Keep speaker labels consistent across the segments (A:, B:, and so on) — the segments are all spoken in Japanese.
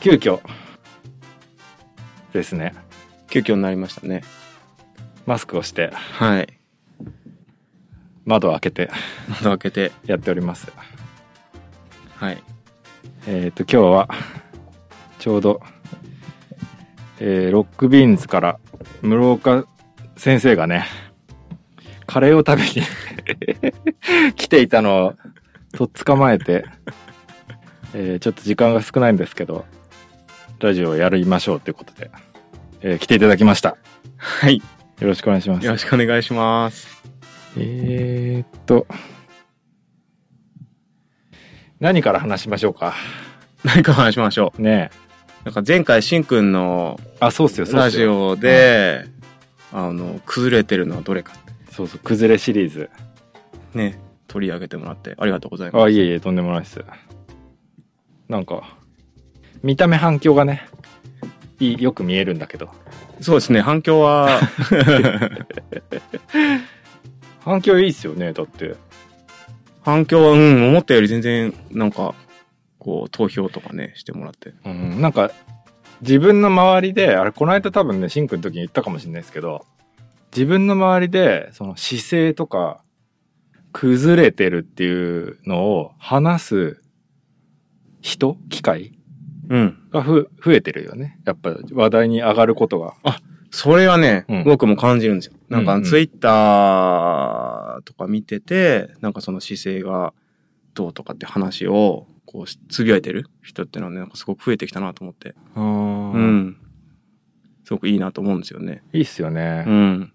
A: 急遽ですね。
B: 急遽になりましたね。
A: マスクをして、
B: はい。
A: 窓を開けて
B: 窓開けて、
A: やっております。
B: はい。
A: えっ、と、今日は、ちょうど、えーロックビーンズから、室岡先生がね、カレーを食べに 来ていたのを、とっ捕まえて、えーちょっと時間が少ないんですけど、ラジオをやりましょうということで、えー来ていただきました。
B: はい。
A: よろしくお願いします。
B: よろしくお願いします。
A: えー、っと、何から話しましょうか。
B: 何か話しましょ
A: ねえ。
B: う。なんか前回、しんくんの
A: あ、そうっすよ、そうっ
B: ラ
A: す
B: ジ
A: よ。
B: オで、あの、崩れてるのはどれかっ
A: そうそう、崩れシリーズ。
B: てね、取り上げてもらってありがとうございます。
A: あ、いえいえ、とんでもないです。なんか、見た目反響がね、いいよく見えるんだけど。
B: そうですね、反響 は、
A: 反響いいっすよね、だって。
B: 反響は、うん、思ったより全然、なんか、こう、投票とかね、してもらって。
A: うん、なんか、自分の周りで、あれ、この間多分ね、シンクの時に言ったかもしれないですけど、自分の周りで、その姿勢とか、崩れてるっていうのを話す人機会
B: うん。
A: がふ増えてるよね。やっぱ話題に上がることが。
B: それはね、
A: うん
B: 僕も感じるんですよ。なん
A: う
B: か、
A: んうん
B: ツイッターとか見てて、なんかその姿勢がどうとかって話を、こう、つぶやいてる人ってのはね、なんかすごく増えてきたなと思って。う
A: うん
B: ん。すごくいいなと思うんですよね。
A: いいっすよね
B: う。ん。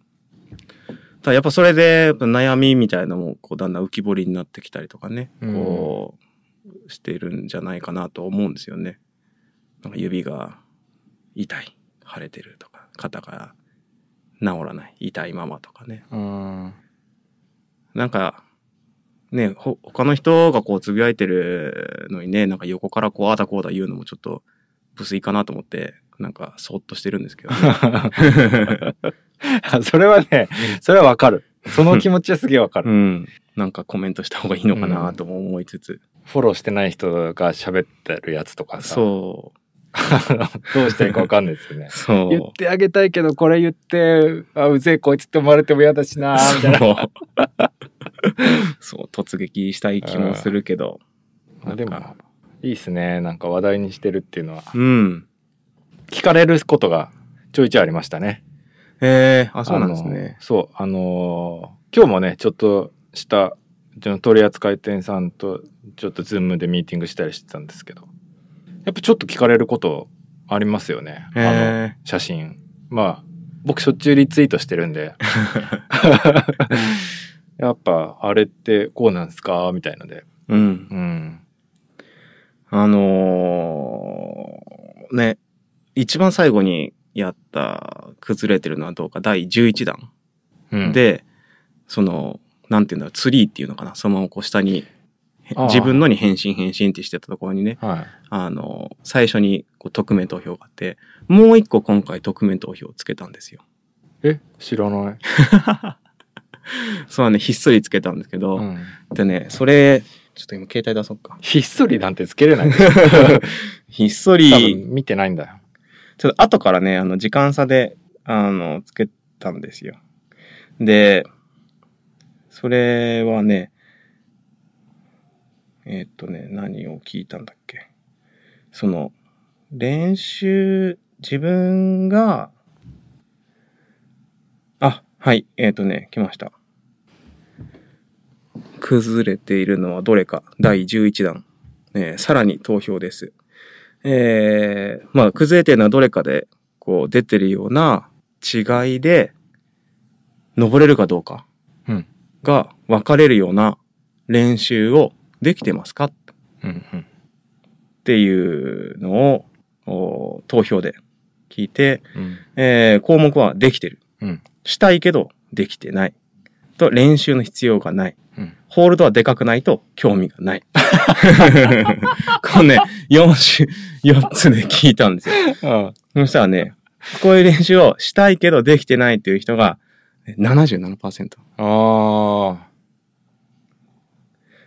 B: ただやっぱそれで、やっぱ悩みみたいなのも、こう、だんだん浮き彫りになってきたりとかね、
A: うん
B: こう、しているんじゃないかなと思うんですよね。なんか指が痛い、腫れてるとか、肩が治らない、痛いままとかね。
A: うん。
B: なんか、ね、ほ、他の人がこう、つぶやいてるのにね、なんか横からこう、あだこうだ言うのもちょっと、不粋かなと思って、なんか、そーっとしてるんですけど、ね。
A: それはね、それはわかる。その気持ちはすげえわかる
B: う。ん。なんかコメントした方がいいのかなとも思いつつ。
A: フォローしてない人が喋ってるやつとかさ、
B: そ
A: どうしていいかわかんないですよね
B: う。。そう。
A: 言ってあげたいけど、これ言って、あ、うぜえこいつって思われても嫌だしな、みたい
B: そう。そう、突撃したい気もするけど。
A: な。
B: な
A: で
B: ん
A: も
B: か、
A: いいっすね。なんか話題にしてるっていうのは。
B: うん。
A: 聞かれることがちょいちょいありましたね。
B: ええあ、そうなんですね
A: あの。。そう、あのー今日もね、ちょっとした、うちの取扱店さんと、ちょっとズームでミーティングしたりしてたんですけど、やっぱちょっと聞かれることありますよね。あの、
B: え
A: 写真。まあ、僕しょっちゅうリツイートしてるん で、やっぱ、あれってこうなんですかみたいので。
B: えうん。
A: うん。
B: あのーね、一番最後にやった、崩れてるのはどうか、第11弾。
A: うん、
B: で、その、なんていうんだろう、ツリーっていうのかな。そのままこう下に、へ
A: ああ
B: 自分のに返信返信ってしてたところにね、
A: はい。
B: あの、最初にこう匿名投票があって、もう一個今回匿名投票をつけたんですよ。
A: え、知らない。
B: そうはね、ひっそりつけたんですけど、
A: うん
B: でね、それ、ちょっと今携帯出そ うか。
A: ひっそりなんてつけれ ないでしょ。
B: ひっそ
A: 多
B: り、
A: 分見てないんだよ。
B: ちょっと後からね、あの、時間差で、あの、つけたんですよ。で、それはね、えーっとね、何を聞いたんだっけ。その、練習、自分が、あ、はい、えーっ、とね、来ました。崩れているのはどれか、第11弾。えーさらに投票です。えーまあ、崩れてるのはどれかで、こう、出てるような違いで、登れるかどうか
A: うん。
B: が分かれるような練習をできてますかっ
A: うんうん。
B: ていうのを、お投票で聞いて、
A: うん。
B: えー項目はできてる。
A: うん
B: したいけど、できてない。と、練習の必要がない。
A: うん
B: ホールドはでかくないと、興味が ない。このね、4種、4つで聞いたんですよ。
A: あ
B: そしたらね、こういう練習をしたいけどできてないっていう人がえ77%。だか
A: あー。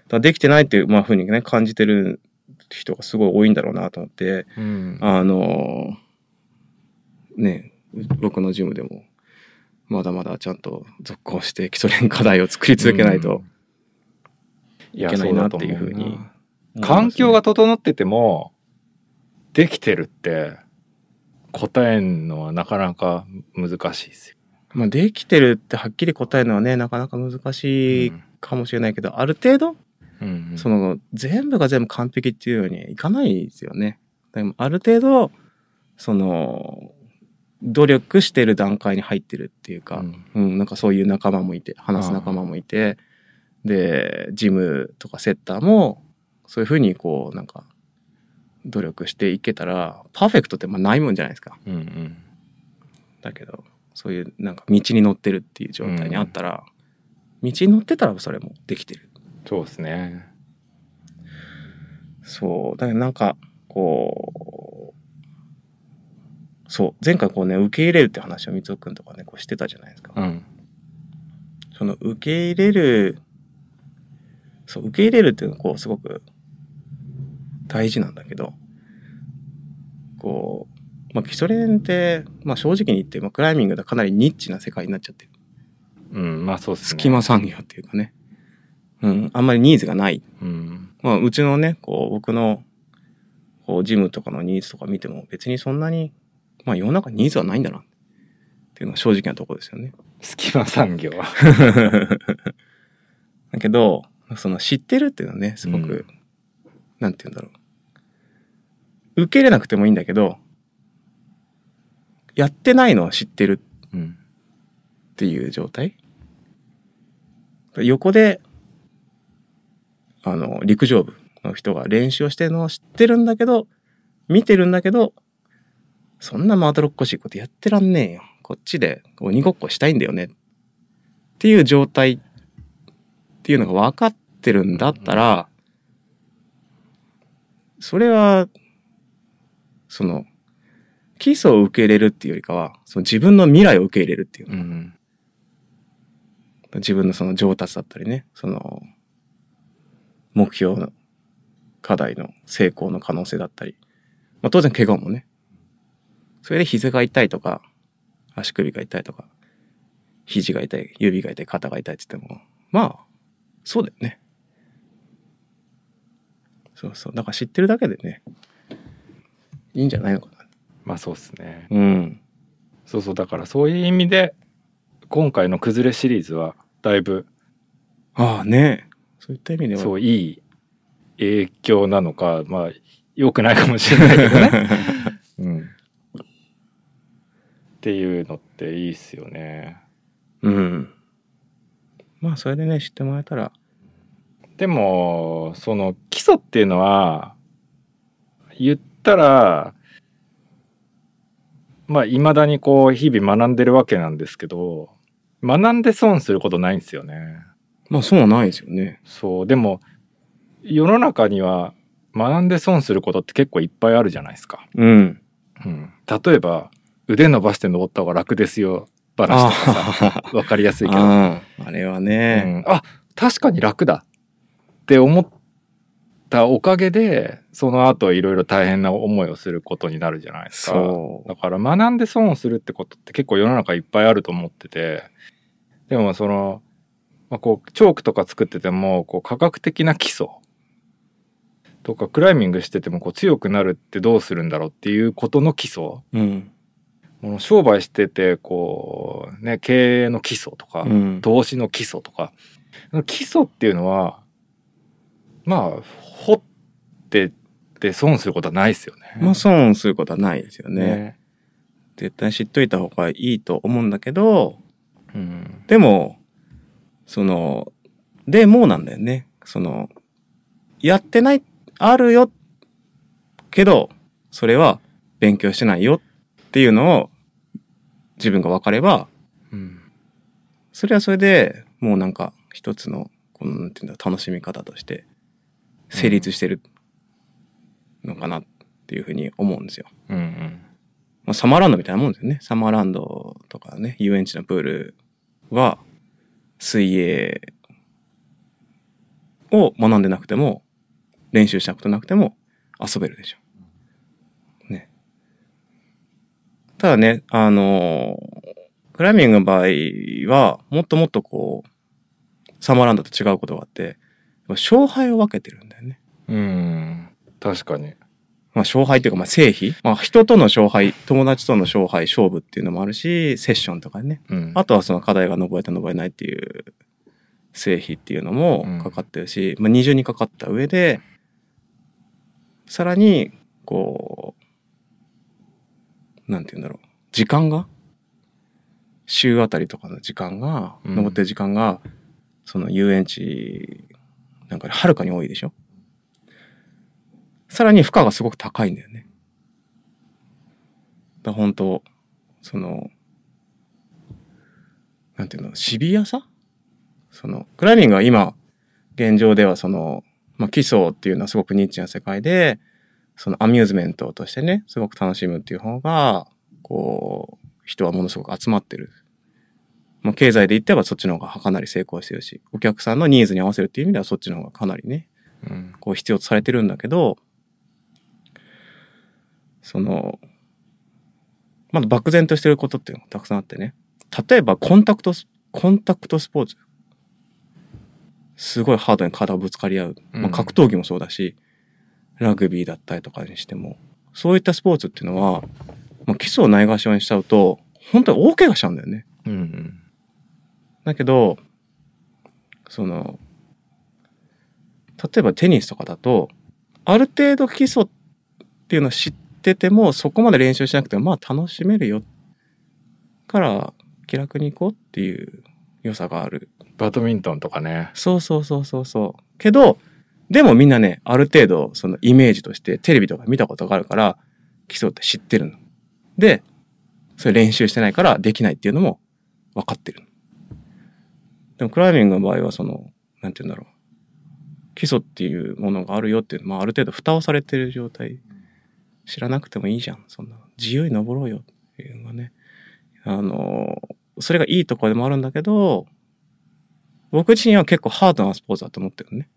B: らできてないっていう、まあ、風にね、感じてるって人がすごい多いんだろうなと思って、
A: うん。
B: あのーね、僕のジムでも、まだまだちゃんと続行して基礎練課題を作り続けないと
A: い
B: いけないなっていうふう
A: そだと思
B: に
A: な。環境
B: が
A: が整ってても、できてるって、答えんのはなかなか難しいですよ。
B: まあ、できてるってはっきり答えるのはね、なかなか難しい
A: うん
B: かもしれないけど、ある程度、
A: うんうん
B: その、全部が全部完璧っていうようにいかないですよね。でも、ある程度、その、努力してる段階に入ってるっていうか、
A: うん
B: うん、なんかそういう仲間もいて、話す仲間もいて、で、ジムとかセッターも、そういうふうにこう、なんか、努力していけたら、パーフェクトってまあないもんじゃないですか。
A: うんうん
B: だけどそういうなんか道に乗ってるっていう状態にあったら、道に乗ってたらそれもできてる
A: そうですね。
B: そうだからなんかこうそう前回こうね受け入れるって話を光くんとかねこうしてたじゃないですか、
A: うん。
B: その受け入れるそう受け入れるっていうのはこうすごく大事なんだけどこうまあ基礎練って、まあ、正直に言って、まあ、クライミングだかなりニッチな世界になっちゃってる
A: うん、まあそうですね。
B: 隙間産業っていうかね、うん、あんまりニーズがない。
A: うん。
B: まあ、うちのね、こう、僕の、こう、ジムとかのニーズとか見ても、別にそんなに、まあ、世の中ニーズはないんだな、っていうのは正直なところですよね。
A: 隙間産業。
B: だけど、その知ってるっていうのはね、すごく、
A: うん
B: なんて言うんだろう。受け入れなくてもいいんだけど、やってないのは知ってる
A: うん。
B: っていう状態横であの陸上部の人が練習をしてるのを知ってるんだけど見てるんだけどそんなまどろっこしいことやってらんねえよこっちで鬼ごっこしたいんだよねっていう状態っていうのが分かってるんだったらそれはその基礎を受け入れるっていうよりかはその自分の未来を受け入れるっていう
A: うん。
B: 自分のその上達だったりね、その、目標の課題の成功の可能性だったり、まあ当然怪我もね、それで膝が痛いとか、足首が痛いとか、肘が痛い、指が痛い、肩が痛いって言っても、まあ、そうだよね。そうそう。だから知ってるだけでね、いいんじゃないのかな。
A: まあそうですね。
B: うん。
A: そうそう、だからそういう意味で、今回の崩れシリーズは、だいぶ、
B: ああね、そういった意味では。
A: そう、いい影響なのか、まあ、良くないかもしれないけどね。 うん。っていうのっていいっすよね。
B: うん。まあ、それでね、知ってもらえたら。
A: でも、その基礎っていうのは、言ったら、まあ、未だにこう、日々学んでるわけなんですけど、学んで損することないんですよね。
B: まあ、そうはないですよね。
A: そう、でも、世の中には学んで損することって結構いっぱいあるじゃないですか。
B: うん。
A: うん。例えば、腕伸ばして登った方が楽ですよ、話とかさ、
B: あ
A: わかりやすいけど。
B: あー、あれはね。
A: うんあ確かに楽だって思ったおかげでその後いろいろ大変な思いをすることになるじゃないですか
B: そ
A: だから学んで損をするってことって結構世の中いっぱいあると思っててでもその、まあ、こうチョークとか作っててもこう科学的な基礎とかクライミングしててもこう強くなるってどうするんだろうっていうことの基礎
B: う。うん。
A: もう商売しててこうね経営の基礎とか、
B: うん。
A: 投資の基礎とか基礎っていうのはまあ掘ってって損することはないですよね。
B: まあ、損することはないですよね。絶対知っといた方がいいと思うんだけど、
A: うん
B: でも、その、でもうなんだよね。その、やってない、あるよ、けど、それは勉強してないよっていうのを自分が分かれば、
A: うん
B: それはそれでもうなんか一つのこのなんていうんだ楽しみ方として成立してるのかなっていうふうに思うんですよ。
A: うんうん
B: まあ、サマーランドみたいなもんですよね。サマーランドとかね遊園地のプールは水泳を学んでなくても練習したことなくても遊べるでしょ。ね。ただね、あのークライミングの場合は、もっともっとこう、サマーランドと違うことがあって、勝敗を分けてるんだよね。
A: うん。確かに。
B: まあ、勝敗というか、まあ、成否。まあ、人との勝敗、友達との勝敗、勝負っていうのもあるし、セッションとかね。
A: うん。
B: あとはその課題が登れた登れないっていう、成否っていうのもかかってるし、まあ、二重にかかった上で、さらに、こう、なんて言うんだろう。時間が週あたりとかの時間が、
A: うん
B: 登ってる時間が、その遊園地なんかよりはるかに多いでしょさらに負荷がすごく高いんだよね。だから本当その、なんていうの、シビアさその、クライミングは今、現状ではその、まあ、基礎っていうのはすごくニッチな世界で、そのアミューズメントとしてね、すごく楽しむっていう方が、こう、人はものすごく集まってる。まあ、経済で言ってはそっちの方がかなり成功してるし、お客さんのニーズに合わせるっていう意味ではそっちの方がかなりね、
A: うん。
B: こう必要とされてるんだけど、その、まだ漠然としてることっていうのがたくさんあってね。例えばコンタクトス、コンタクトスポーツ。すごいハードに体をぶつかり合う。
A: うん
B: まあ、格闘技もそうだし、ラグビーだったりとかにしても、そういったスポーツっていうのは、まあ、基礎をないがしろにしちゃうと、本当に大怪我しちゃうんだよね。
A: うん。
B: だけど、その、例えばテニスとかだと、ある程度基礎っていうのを知ってても、そこまで練習しなくても、まあ楽しめるよ。から、気楽に行こうっていう良さがある。
A: バドミントンとかね。
B: そうそうそうそうそう。けど、でもみんなね、ある程度、そのイメージとして、テレビとか見たことがあるから、基礎って知ってるの。で、それ練習してないからできないっていうのも分かってる。でも、クライミングの場合は、その、なんて言うんだろう。基礎っていうものがあるよっていう、まあ、ある程度蓋をされてる状態。知らなくてもいいじゃん。そんな。自由に登ろうよっていうのがね。あの、それがいいところでもあるんだけど、僕自身は結構ハードなスポーツだと思ってるね。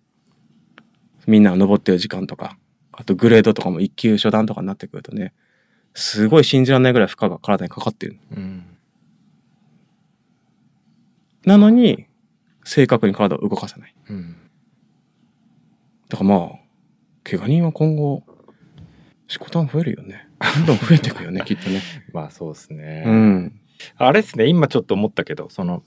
B: みんなが登ってる時間とか、あとグレードとかも一級初段とかになってくるとね、すごい信じられないぐらい負荷が体にかかってる。
A: うん。
B: なのに、正確に体を動かさない。
A: うん。
B: だからまあ、怪我人は今後、仕事は増えるよね。どんどん増えて いくよね、きっとね。
A: まあそうですね。
B: うん。
A: あれですね、今ちょっと思ったけど、その、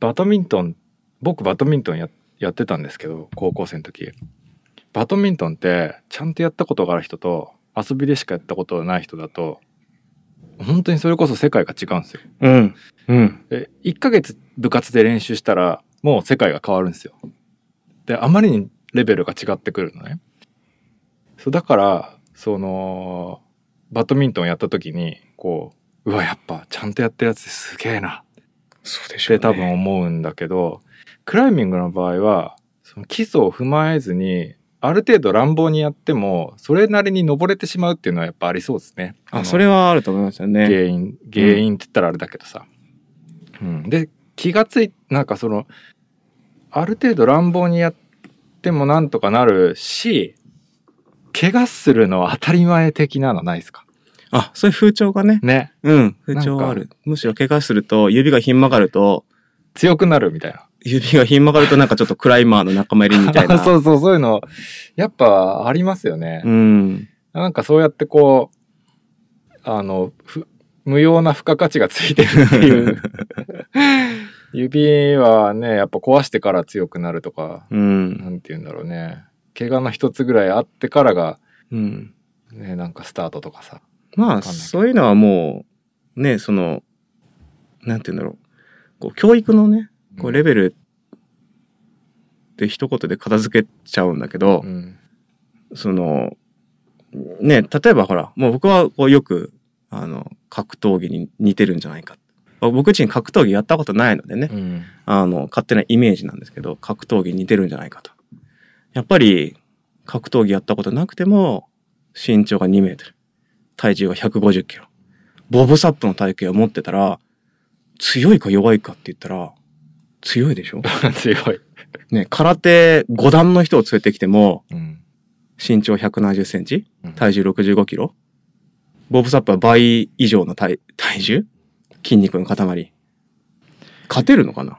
A: バドミントン、僕バドミントンややってたんですけど、高校生の時。バドミントンって、ちゃんとやったことがある人と、遊びでしかやったことがない人だと、本当にそれこそ世界が違うんですよ。
B: うん。うん。
A: で1ヶ月部活で練習したら、もう世界が変わるんですよ。で、あまりにレベルが違ってくるのね。そう、だから、その、バドミントンやった時に、こう、うわ、やっぱ、ちゃんとやってるやつすげえな
B: そうで
A: っ
B: しょう、
A: て
B: ね。
A: 多分。思うんだけど、クライミングの場合は、その基礎を踏まえずに、ある程度乱暴にやっても、それなりに登れてしまうっていうのはやっぱありそうですね。
B: あ、
A: の
B: それはあると思いましたね。
A: 原因、原因って言ったらあれだけどさ。うん、で、気がつい、なんかその、ある程度乱暴にやってもなんとかなるし、怪我するのは当たり前的なのないですか
B: あ、そういう風潮がね。
A: ね。
B: うん。風潮はあ
A: なん
B: る。むしろ怪我すると、指がひん曲がると、
A: 強くなるみたいな。
B: 指がひん曲がるとなんかちょっとクライマーの仲間入りみたい な。
A: そうそう、そういうの、やっぱありますよね。
B: うん。
A: なんかそうやってこう、あの、ふ無用な付加価値がついてるって いう。指はね、やっぱ壊してから強くなるとか、
B: うん。
A: なんて言うんだろうね。怪我の一つぐらいあってからが、
B: うん。
A: ね、なんかスタートとかさ。
B: ま
A: わ
B: あ、
A: かんないけど
B: そういうのはもう、ね、その、なんて言うんだろう。こう、教育のね、こう、レベルって一言で片付けちゃうんだけど、
A: うん。
B: その、ね、例えばほら、もう僕はこうよく、あの、格闘技に似てるんじゃないか。僕自身格闘技やったことないのでね、
A: うん。
B: あの、勝手なイメージなんですけど、格闘技に似てるんじゃないかと。やっぱり、格闘技やったことなくても、身長が2メートル、体重が150キロ、ボブサップの体型を持ってたら、強いか弱いかって言ったら、強いでしょ
A: 強い。
B: ね、空手5段の人を連れてきても、
A: うん。
B: 身長170センチ
A: うん
B: 体重65キロボブサップは倍以上の体体重筋肉の塊。勝てるのかな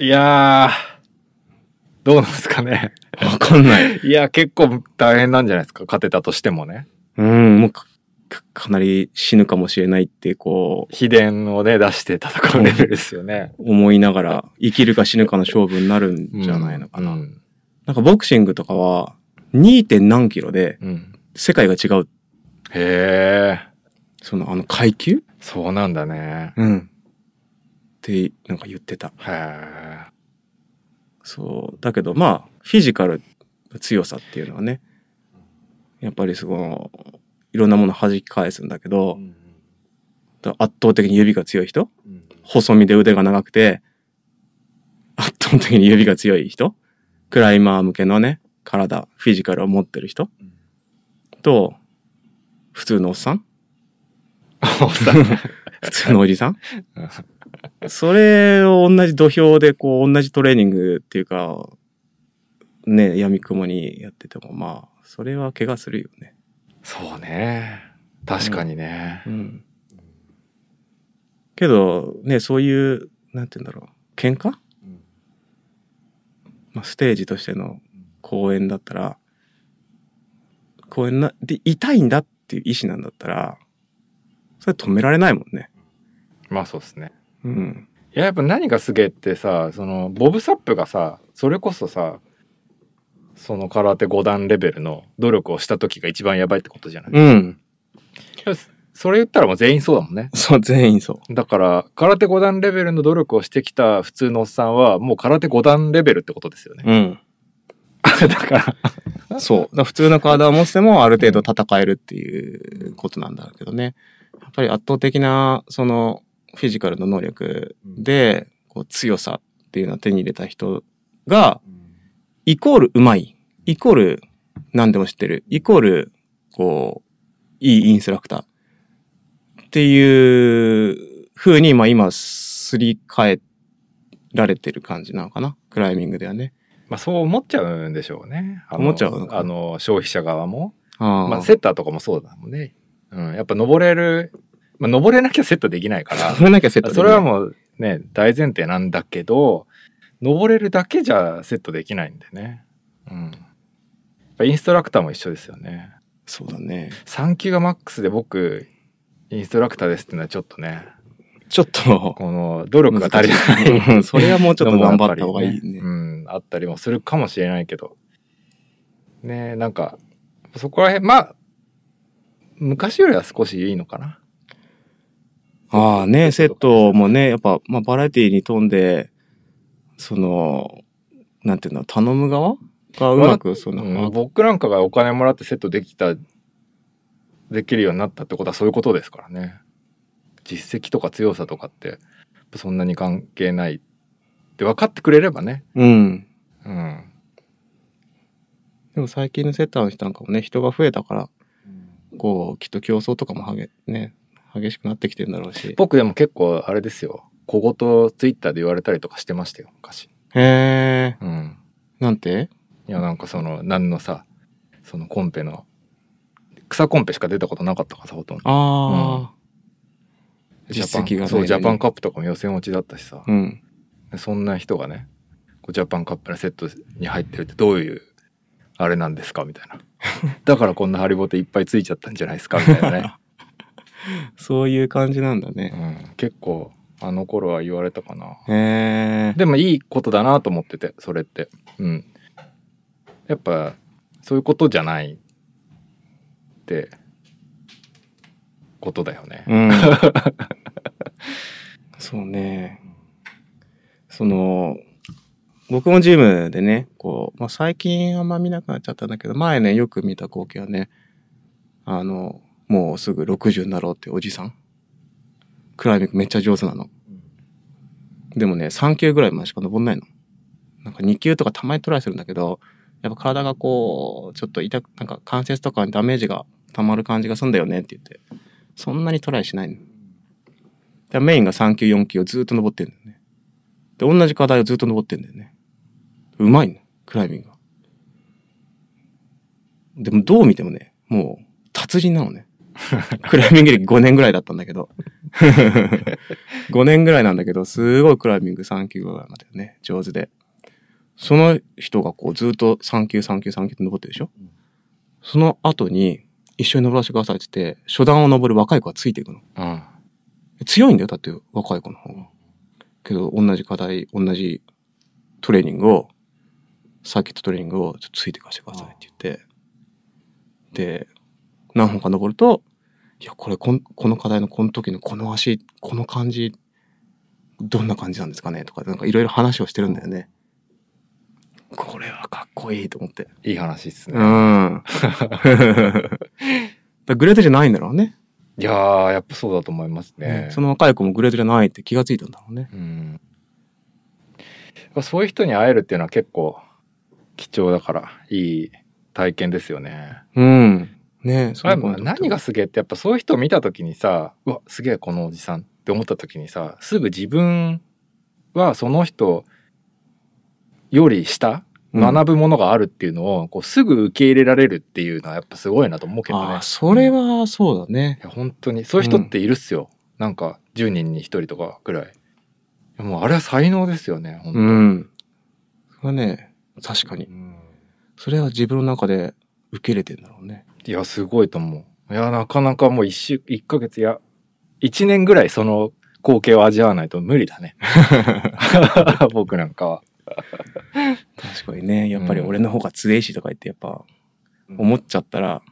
B: い
A: やー、どうなんですかね。
B: わかんない。
A: いや、結構大変なんじゃないですか。勝てたとしてもね。
B: うん、もうかかかなり死ぬかもしれないってこう、
A: 秘伝をね、出して戦うレベルですよね。
B: 思いながら生きるか死ぬかの勝負になるんじゃないのかな。
A: うん。
B: なんかボクシングとかは 2. 点何キロで
A: うん
B: 世界が違う、
A: へえ、
B: そのあの階級
A: そうなんだね。
B: うん。って、なんか言ってた。
A: へえ。
B: そう。だけどまあ、フィジカルの強さっていうのはね、やっぱりその、いろんなもの弾き返すんだけど、だから圧倒的に指が強い人細身で腕が長くて、圧倒的に指が強い人クライマー向けのね、体、フィジカルを持ってる人と、普通のおっさん
A: おっさん。
B: 普通のおじさん それを同じ土俵で、こう、同じトレーニングっていうか、ね、闇雲にやってても、まあ、それは怪我するよね。
A: そうね。確かにね
B: う。ん。けど、ね、そういう、なんて言うんだろう、喧嘩まあ、ステージとしての公演だったら、公演な、で、痛いんだっていう意思なんだったら、それ止められないもんね。
A: まあそうですね。
B: うん。
A: いや、やっぱ何がすげえってさ、その、ボブサップがさ、それこそさ、その空手5段レベルの努力をした時が一番やばいってことじゃない、
B: うん。
A: それ言ったらもう全員そうだもんね。
B: そう、全員そ
A: だから、空手5段レベルの努力をしてきた普通のおっさんは、もう空手5段レベルってことですよね。
B: う。うん。
A: だから、
B: そう。だから普通の体を持ってても、ある程度戦えるっていうことなんだけどね。やっぱり圧倒的な、その、フィジカルの能力で、こう、強さっていうのを手に入れた人が、イコールうまい、イコール何でも知ってる、イコール、こう、いいインストラクターっていう風に、まあ今、すり替えられてる感じなのかな。クライミングではね。
A: まあそう思っちゃうんでしょうね。あの
B: 思っちゃうのかな
A: あの、消費者側も。
B: あー
A: まあセッターとかもそうだもんね。うん。やっぱ登れる、まあ登れなきゃセットできないから。
B: それなき ゃセットでき
A: そ
B: ない
A: れはもうね、大前提なんだけど、登れるだけじゃセットできないんでね。うん。やっぱインストラクターも一緒ですよね。
B: そうだね。
A: 3級がマックスで僕、インストラクターですってのはちょっとね、
B: ちょっ と、
A: この努力が足りない。
B: うんそれはもうちょっと頑張った方がいいね。
A: うん、あったりもするかもしれないけど。ねえなんか、そこら辺、まあ、昔よりは少しいいのかな。
B: ああね、セットもね、やっぱ、まあ、バラエティに富んで、その、なんていうの、頼む側がうまく、その、
A: うん僕なんかがお金もらってセットできた、できるようになったってことはそういうことですからね。実績とか強さとかって、そんなに関係ないって分かってくれればね。
B: うん。
A: うん。
B: でも最近のセッターの人なんかもね、人が増えたから、こう、きっと競争とかもはげ、ね、激しくなってきてるんだろうし。
A: 僕でも結構あれですよ。小言ツイッターで言われたりとかしてましたよ、昔。
B: へえ、
A: うん。
B: なんて
A: いや、なんかその、何のさ、そのコンペの、草コンペしか出たことなかったからさ、ほとんど。
B: あ実績
A: ジャパ
B: がない
A: ンそう、ジャパ
B: の
A: ン
B: に
A: カップとかも予選落ちだったしさ
B: あ、、うん。
A: そんな人がね、こうジャパンカップのセットに入ってるってどういう、あれなんですかみたい な。だからこんなハリボテいっぱいついちゃったんじゃないですかみたいな ね。
B: そういう感じなんだね。
A: うん、結構、あの頃は言われたかな。
B: へえ、
A: でもいいことだなと思ってて、それって。うん。やっぱ、そういうことじゃないって、ことだよね。
B: うん。 そうね。その、僕もジムでね、こう、まあ、最近あんま見なくなっちゃったんだけど、前ね、よく見た光景はね、あの、もうすぐ60になろうっていうおじさん。クライミングめっちゃ上手なの。でもね、3級ぐらいまでしか登んないの。なんか2級とかたまにトライするんだけど、やっぱ体がこう、ちょっと痛く、なんか関節とかにダメージが溜まる感じがすんだよねって言って、そんなにトライしないの。でメインが3級、4級をずっと登ってんだよね。で、同じ課題をずっと登ってんだよね。うまいの、クライミングが。でもどう見てもね、もう達人 なのね。クライミング歴5年ぐらいだったんだけど。5年ぐらいなんだけど、すごいクライミング3級ぐらいまでね、上手で。その人がこうずっと3級3級3級って登ってるでしょ
A: うん
B: その後に一緒に登らせてくださいって言って、初段を登る若い子がついていくの。
A: うん。
B: 強いんだよ、だって若い子の方が。けど、同じ課題、同じトレーニングを、サーキットトレーニングをちょっとついてかせてくださいって言って、で、何本か登ると、いや、これこん、この課題のこの時のこの足、この感じ、どんな感じなんですかねとか、なんかいろいろ話をしてるんだよね。これはかっこいいと思って。
A: いい話っす
B: う
A: ね。
B: ん。 だからグレードじゃないんだろうね。
A: いやー、やっぱそうだと思いますね。
B: その若い子もグレードじゃないって気がついたんだろうね。
A: うん。やっぱそういう人に会えるっていうのは結構貴重だから、いい体験ですよね。
B: うん。ねえ、
A: あ
B: の子にとっては
A: 何がすげえってやっぱそういう人を見た時にさうわすげえこのおじさんって思った時にさすぐ自分はその人より下
B: うん
A: 学ぶものがあるっていうのを、こうすぐ受け入れられるっていうのはやっぱすごいなと思うけど
B: あ
A: ね
B: あ、。それはそうだね
A: い。や本当にそういう人っているっすよ、なんか10人に1人とかぐらいいやもうあれは才能ですよね本当
B: う
A: に、
B: ん。それはね、確かに。それは自分の中で受け入れてんだろうね。
A: いやすごいと思ういやなかなかもう1週1ヶ月いや1年ぐらいその光景を味わわないと無理だね 僕なんかは
B: 確かにね、やっぱり俺の方が強いしとか言って、やっぱ思っちゃったら、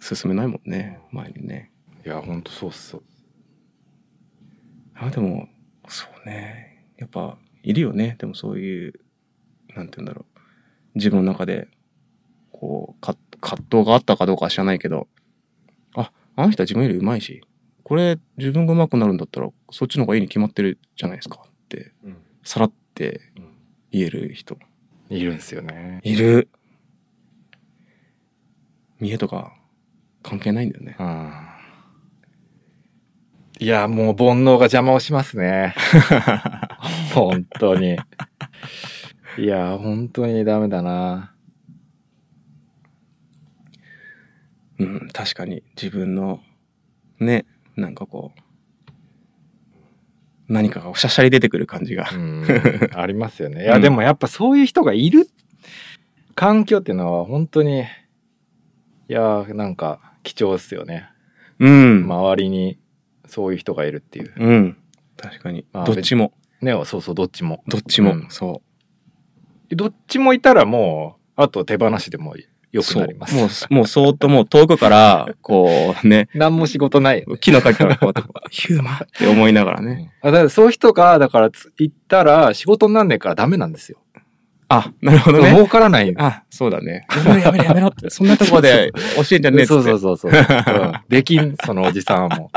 B: 進めないもんね、前にね。
A: いや本当そうっすよ
B: ああ、でも、そうね。やっぱ、いるよね。でもそういう、なんて言うんだろう。自分の中で、こう、か葛藤があったかどうかは知らないけど、あ、あの人は自分より上手いし、これ自分が上手くなるんだったら、そっちの方がいいに決まってるじゃないですかって、さらって言える人。
A: いるんですよね
B: いる。見栄とか関係ないんだよね。
A: うんいやもう煩悩が邪魔をしますね本当にいや本当にダメだな
B: うん、確かに自分の、ね、なんかこう、何かがおしゃしゃり出てくる感じが
A: う。んありますよ ね。いや、
B: うん
A: でもやっぱそういう人がいる環境っていうのは本当に、いやー、なんか貴重ですよね。
B: うん。
A: 周りにそういう人がいるっていう。
B: うん。確かに。
A: まあ
B: どっちも、
A: ね、そうそう、どっちも。
B: どっちも、
A: うん
B: そ
A: どっちもいたらもう、あと手放しでも良
B: う。
A: くなりま
B: そうも
A: す。
B: う、もうそーっともう遠くから、こうね、
A: 何も仕事ないよね。
B: 木の陰からこうやってこう、ヒューマンって思いながらね。
A: あだからそういう人が、だからつ、行ったら仕事になんねえからダメなんですよ。
B: あ、なるほ どね。
A: 儲からない。
B: あ、そうだね。やめろやめろやめろって、そんなところで教えんじゃ ねえっつっ
A: そう
B: て。
A: そうそうそう。うんできん、そのおじさんはも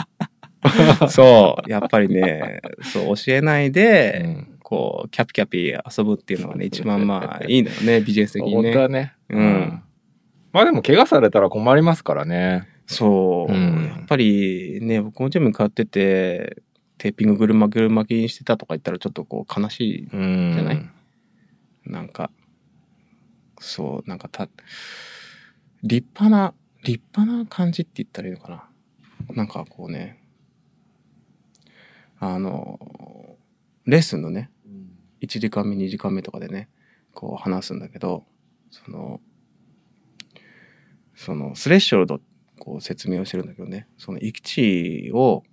B: そう、やっぱりね、そう、教えないで
A: う。、うん
B: こう、キャピキャピ遊ぶっていうのがね、一番まあ、いいんだよね、ビジネス的に
A: 本当
B: ね。
A: はね。
B: うん。
A: まあでも、怪我されたら困りますからね。
B: そう、
A: うん
B: やっぱりね、僕もジム通ってて、テーピングぐるまぐる巻きにしてたとか言ったらちょっとこう悲し
A: うん。
B: じゃないい、なんか、そう、なんかた、立派な、立派な感じって言ったらいいのかな。なんかこうね、あの、レッスンのね、1時間目2時間目とかでねこう話すんだけどそのそのスレッショルドこう説明をしてるんだけどねその域値を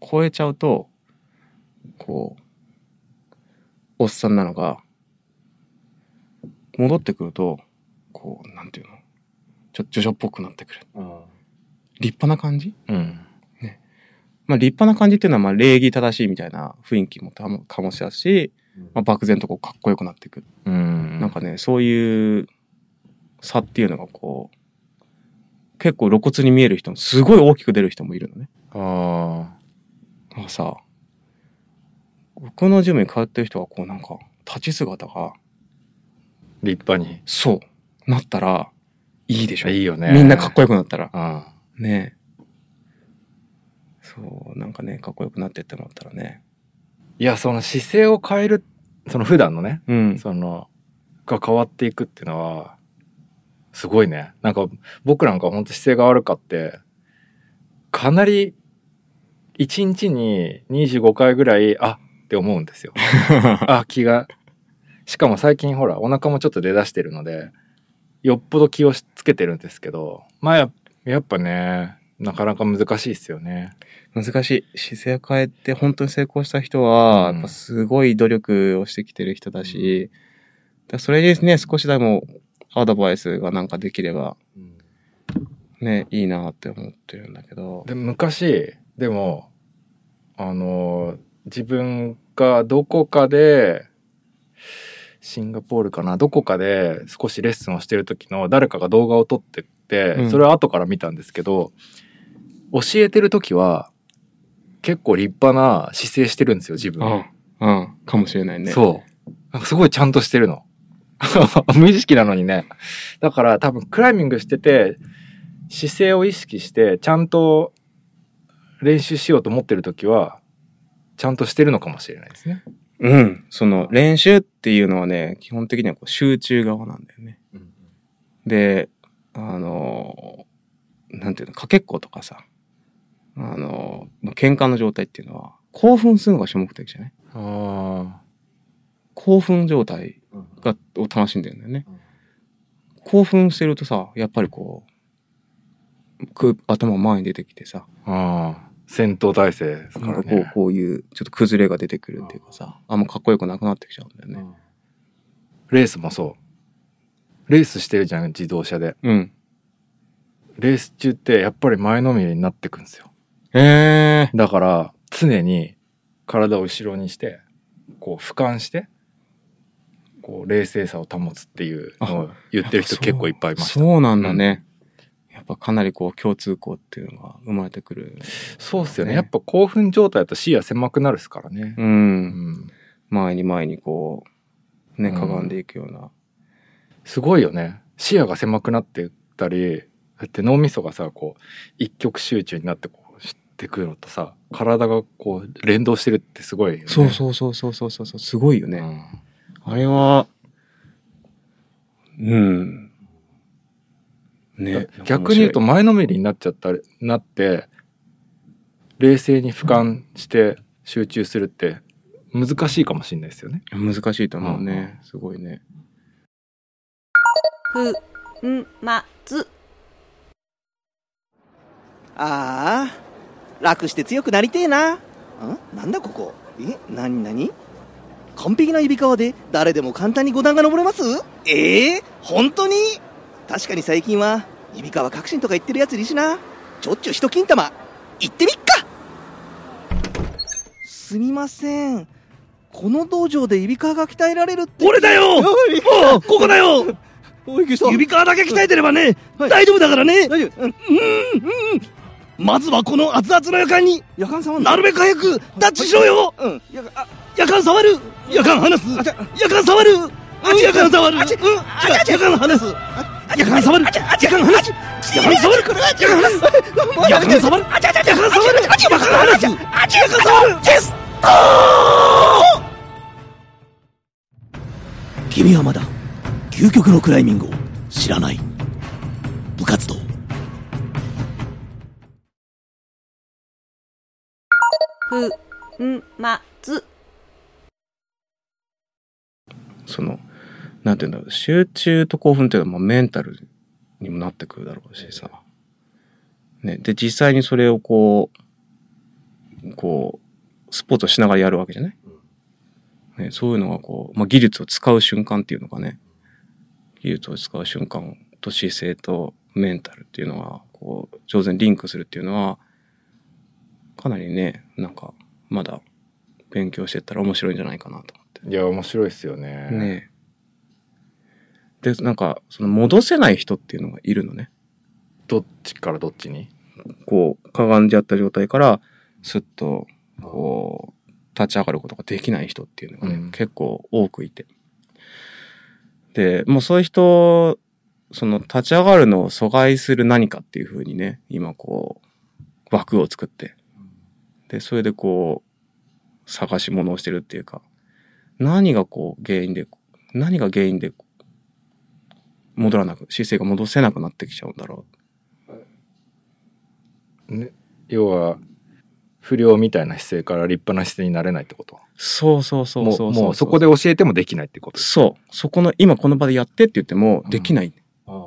B: 超えちゃうとこうおっさんなのが戻ってくるとこうなんていうのちょっと女女っぽくなってくる立派な感じ
A: うん。
B: まあ立派な感じっていうのはまあ礼儀正しいみたいな雰囲気もたも醸し出すし、まあ、漠然とこうかっこよくなっていく
A: うん。
B: なんかね、そういう差っていうのがこう、結構露骨に見える人も、すごい大きく出る人もいるのね。
A: あ
B: なんかさ、僕のジムに通ってる人がこうなんか、立ち姿が、
A: ー立派に。
B: そう、なったら、いいでしょ。
A: いいよね。
B: みんなかっ
A: こ
B: こよくなったら。
A: あ
B: ねえそう、なんかね、かっこよくなってってもらったらね。
A: いや、その姿勢を変える、その普段のね、
B: うん。
A: その、が変わっていくっていうのは、すごいね。なんか僕なんか本当姿勢が悪かって、かなり1日に25回ぐらい、あって思うんです よ。あ、気が。しかも最近ほら、お腹もちょっと出だしてるので、よっぽど気をつけてるんですけど、まあややっぱね、なかなか難しいですよね。
B: 難しい。姿勢を変えて本当に成功した人は、
A: うん
B: やっぱすごい努力をしてきてる人だし、だからそれにね、少しでもアドバイスがなんかできれば、ね、いいなって思ってるんだけど。
A: で昔でもあの自分がどこかでシンガポールかなどこかで少しレッスンをしてる時の誰かが動画を撮ってって、
B: うん
A: それは後から見たんですけど教えてる時は結構立派な姿勢してるんですよ自分、
B: うん、うん、かもしれないね。
A: そうなんかすごいちゃんとしてるの 無意識なのにねだから多分クライミングしてて姿勢を意識してちゃんと練習しようと思ってる時はちゃんとしてるのかもしれないですね。
B: う。うん。その練習っていうのはね、基本的にはこう集中側なんだよね。で、あのー、なんていうの、かけっことかさ、あのー、喧嘩の状態っていうのは、興奮するのが主目的じゃない
A: あ
B: 興奮状態
A: あ、
B: がを楽しんでるんだよね
A: うん。
B: 興奮してるとさ、やっぱりこう、く頭が前に出てきてさ、
A: ああ戦闘態勢ですか
B: な
A: ら
B: んかこう
A: ね。
B: こういうちょっと崩れが出てくるっていうかさ、あんまかっこよくなくなってきちゃうんだよね。
A: レースもそう。レースしてるじゃん自動車で。
B: うん。
A: レース中ってやっぱり前のめりになってくんですよ。
B: ええ
A: だから常に体を後ろにしてこう俯瞰してこう冷静さを保つっていうのを言ってる人結構いっぱいいました
B: そうなんだね。やっぱかなりこう共通項っていうのが生まれてくる。
A: そうっすよね
B: ね
A: やっぱ興奮状態だと視野狭くなるっすからね、
B: う。
A: うんん、
B: 前に前にこう、ね、
A: うん
B: かがんでいくような。
A: すごいよね視野が狭くなってたりだって脳みそがさこう一極集中になってこうしてくるのとさ体がこう連動してるってすごいよね
B: そうそうそうそうそうそうそう、すごいよ
A: う
B: ね。
A: ん
B: あれは、うん。ね。
A: 逆に言うと
B: 面
A: 前のめりになっちゃったりなって冷静に俯瞰して集中するって難しいかもしれないですよね。
B: 白い、難しいと思うね。すごいね。
C: ふんまつ
D: ああ、楽して強くなりてえな。んなんだここえなになに完璧な指輪で誰でも簡単に五段が登れますええ本当に確かに最近は指輪革新とか言ってるやついるしな。ちょっちゅう一金玉、行ってみっかすみません。この道場で指輪が鍛えられるって。
E: 俺だよおうここだよ
D: おい、した
E: 指皮だけ鍛えてればね、
D: はい
E: 大丈夫だからね
D: 大丈夫うん。
E: まずはこの熱々の夜間に、
D: 夜間様
E: なるべく早くタッチしろよ
D: うん。夜間、あ、
E: 夜間触る夜間離す
D: あちゃ、
E: 夜間触る
D: あち
E: 夜間触る
D: あちゃ
E: うん違う夜間離す夜間触る夜間離す夜間触る夜間離す夜間触る夜間触る夜間離す夜間触るテス
F: 君はまだ究極のクライミングを知らない部活動
C: ふんまつ
B: その、なんていうんだろう、集中と興奮っていうのはまあメンタルにもなってくるだろうしさ。ね、で、実際にそれをこう、こう、スポーツをしながらやるわけじゃない、ね、そういうのがこう、まあ、技術を使う瞬間っていうのかね。技術を使う瞬間と姿勢とメンタルっていうのは、こう、上手にリンクするっていうのは、かなりね、なんか、まだ勉強してったら面白いんじゃないかなと思って。
A: いや面白いですよね。
B: ねえ。で、なんか、その戻せない人っていうのがいるのね。
A: どっちからどっちに
B: こう、かがんじゃった状態から、すっと、こう、立ち上がることができない人っていうのがね、
A: うん
B: 結構多くいて。で、もうそういう人、その立ち上がるのを阻害する何かっていうふうにね、今こう、枠を作って。で、それでこう、探し物をしてるっていうか、何がこう、原因で、何が原因で、戻らなく、姿勢が戻せなくなってきちゃうんだろ
A: ね、要は、不良みたいな姿勢から立派な姿勢になれないってこと
B: う。そうそうそうそう
A: もう、もうそこ
B: で。
A: で教えてもできないってこと
B: そう。そこの、今この場でやってって言っても
A: う、ん
B: できない。
A: あ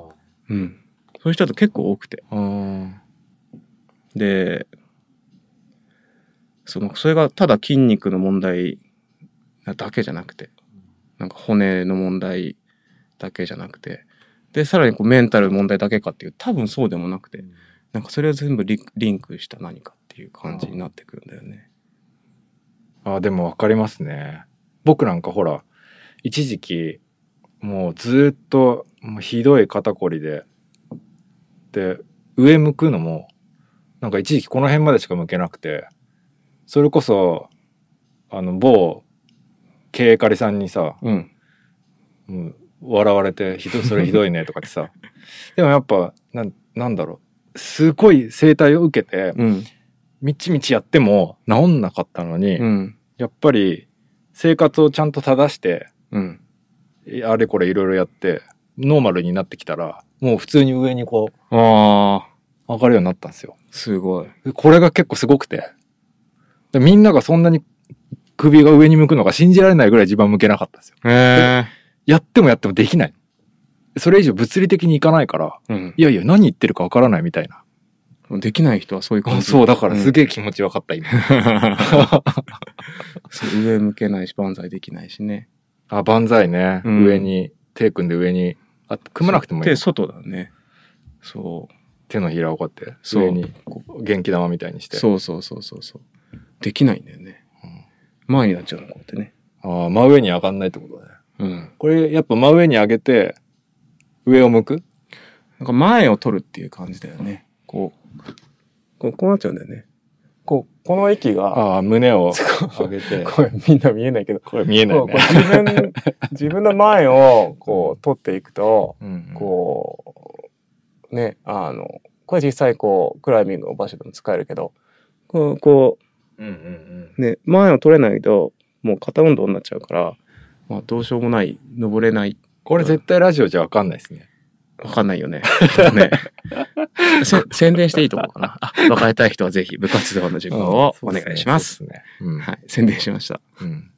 B: うん。そういう人だと結構多くて。
A: あ。うん。
B: で、その、それがただ筋肉の問題なだけじゃなくて、なんか骨の問題だけじゃなくて、で、さらにこうメンタルの問題だけかっていう、多分そうでもなくて、なんかそれを全部リリンクした何かっていう感じになってくるんだよね。
A: ああ、でもわかりますね。僕なんかほら、一時期、もうずっと、もうひどい肩こりで、で、上向くのも、なんか一時期この辺までしか向けなくて、それこそ、あの、某、経営カリさんにさ、
B: うん。
A: うん、笑われてひどいそれひどいねとかって さでもやっぱなんなんだろうすごい整体を受けて
B: うん。
A: みちみちやっても治んなかったのに、
B: うん。
A: やっぱり生活をちゃんと正して
B: うん。
A: あれこれいろいろやってノーマルになってきたらもう普通に上にこう
B: ああ、
A: 上がるようになったんですよ。
B: すごい。
A: でこれが結構すごくてでみんながそんなに首が上に向くのが信じられないぐらい自分は向けなかったんですよ。
B: へえ。
A: やってもやってもできない。それ以上物理的にいかないから、
B: うん
A: いやいや、何言ってるかわからないみたいな。
B: できない人はそういう感じ。
A: そう、だからす
B: え。
A: げえ気持ちわかった、今。
B: そう上向けないし、万歳できないしね。
A: あ、万歳ね。
B: うん
A: 上に、手組んで上に、あ、組まなくてもいい
B: 手。外だね。そう。
A: 手のひらをこうやって、
B: そう
A: 上に、こう元気玉みたいにして。
B: そうそうそうそうそう。できないんだよね。前になっちゃうの、こうやってね。
A: ああ、真上に上がんないってことだね。
B: うん。
A: これ、やっぱ真上に上げて、上を向く
B: なんか前を取るっていう感じだよね。こう。こうこうなっちゃうんだよね。こう、この駅が、
A: ああ、胸 を上げて。
B: これみんな見えないけど、
A: これ見えない
B: こう
A: ね。
B: 自分、自分の前をこう取っていくと、
A: うん
B: こう、ね、あの、これ実際こう、クライミングの場所でも使えるけど、こう、こ
A: うんうんうん。
B: う、ね、前を取れないと、もう肩運動になっちゃうから、まあどうしようもない、登れない、
A: これ絶対ラジオじゃわかんないですね。
B: わかんないよね。 ねせ宣伝していいと思うかな。あ、わかりたい人はぜひ部活動の授業をお願いします。
A: そうっね。そうっね
B: はい、宣伝しました。
A: うんうん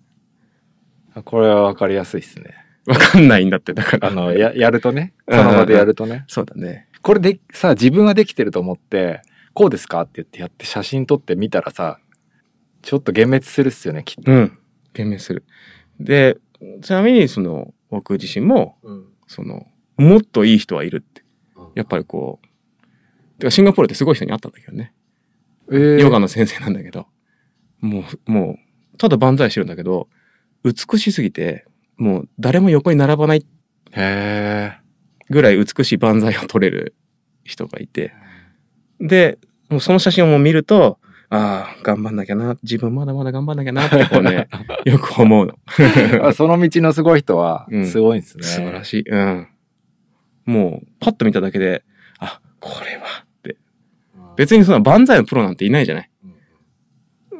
A: あこれはわかりやすいですね。
B: わかんないんだって、だから。
A: あの、や、やるとね。
B: うん
A: その場でやるとね。
B: そうだね。
A: これで、さ、自分はできてると思って、こうですかって言ってやって写真撮ってみたらさ、ちょっと幻滅するっすよね、きっと。
B: うん。減免する。で、ちなみに、その、僕自身も、その、もっといい人はいるって。やっぱりこう、てかシンガポールってすごい人に会ったんだけどね。
A: えー
B: ヨガの先生なんだけど、もう、もう、ただ万歳してるんだけど、美しすぎて、もう誰も横に並ばない
A: へ
B: ぐらい美しい万歳を撮れる人がいて、で、もうその写真をもう見ると、ああ、頑張んなきゃな、自分まだまだ頑張んなきゃなってこう ね、よく思うの。
A: ー あその道のすごい人は
B: う、ん
A: すごいんですね。
B: 素晴らしい。うん。もう、パッと見ただけで、あ、これはって。別にそんな万歳のプロなんていないじゃない。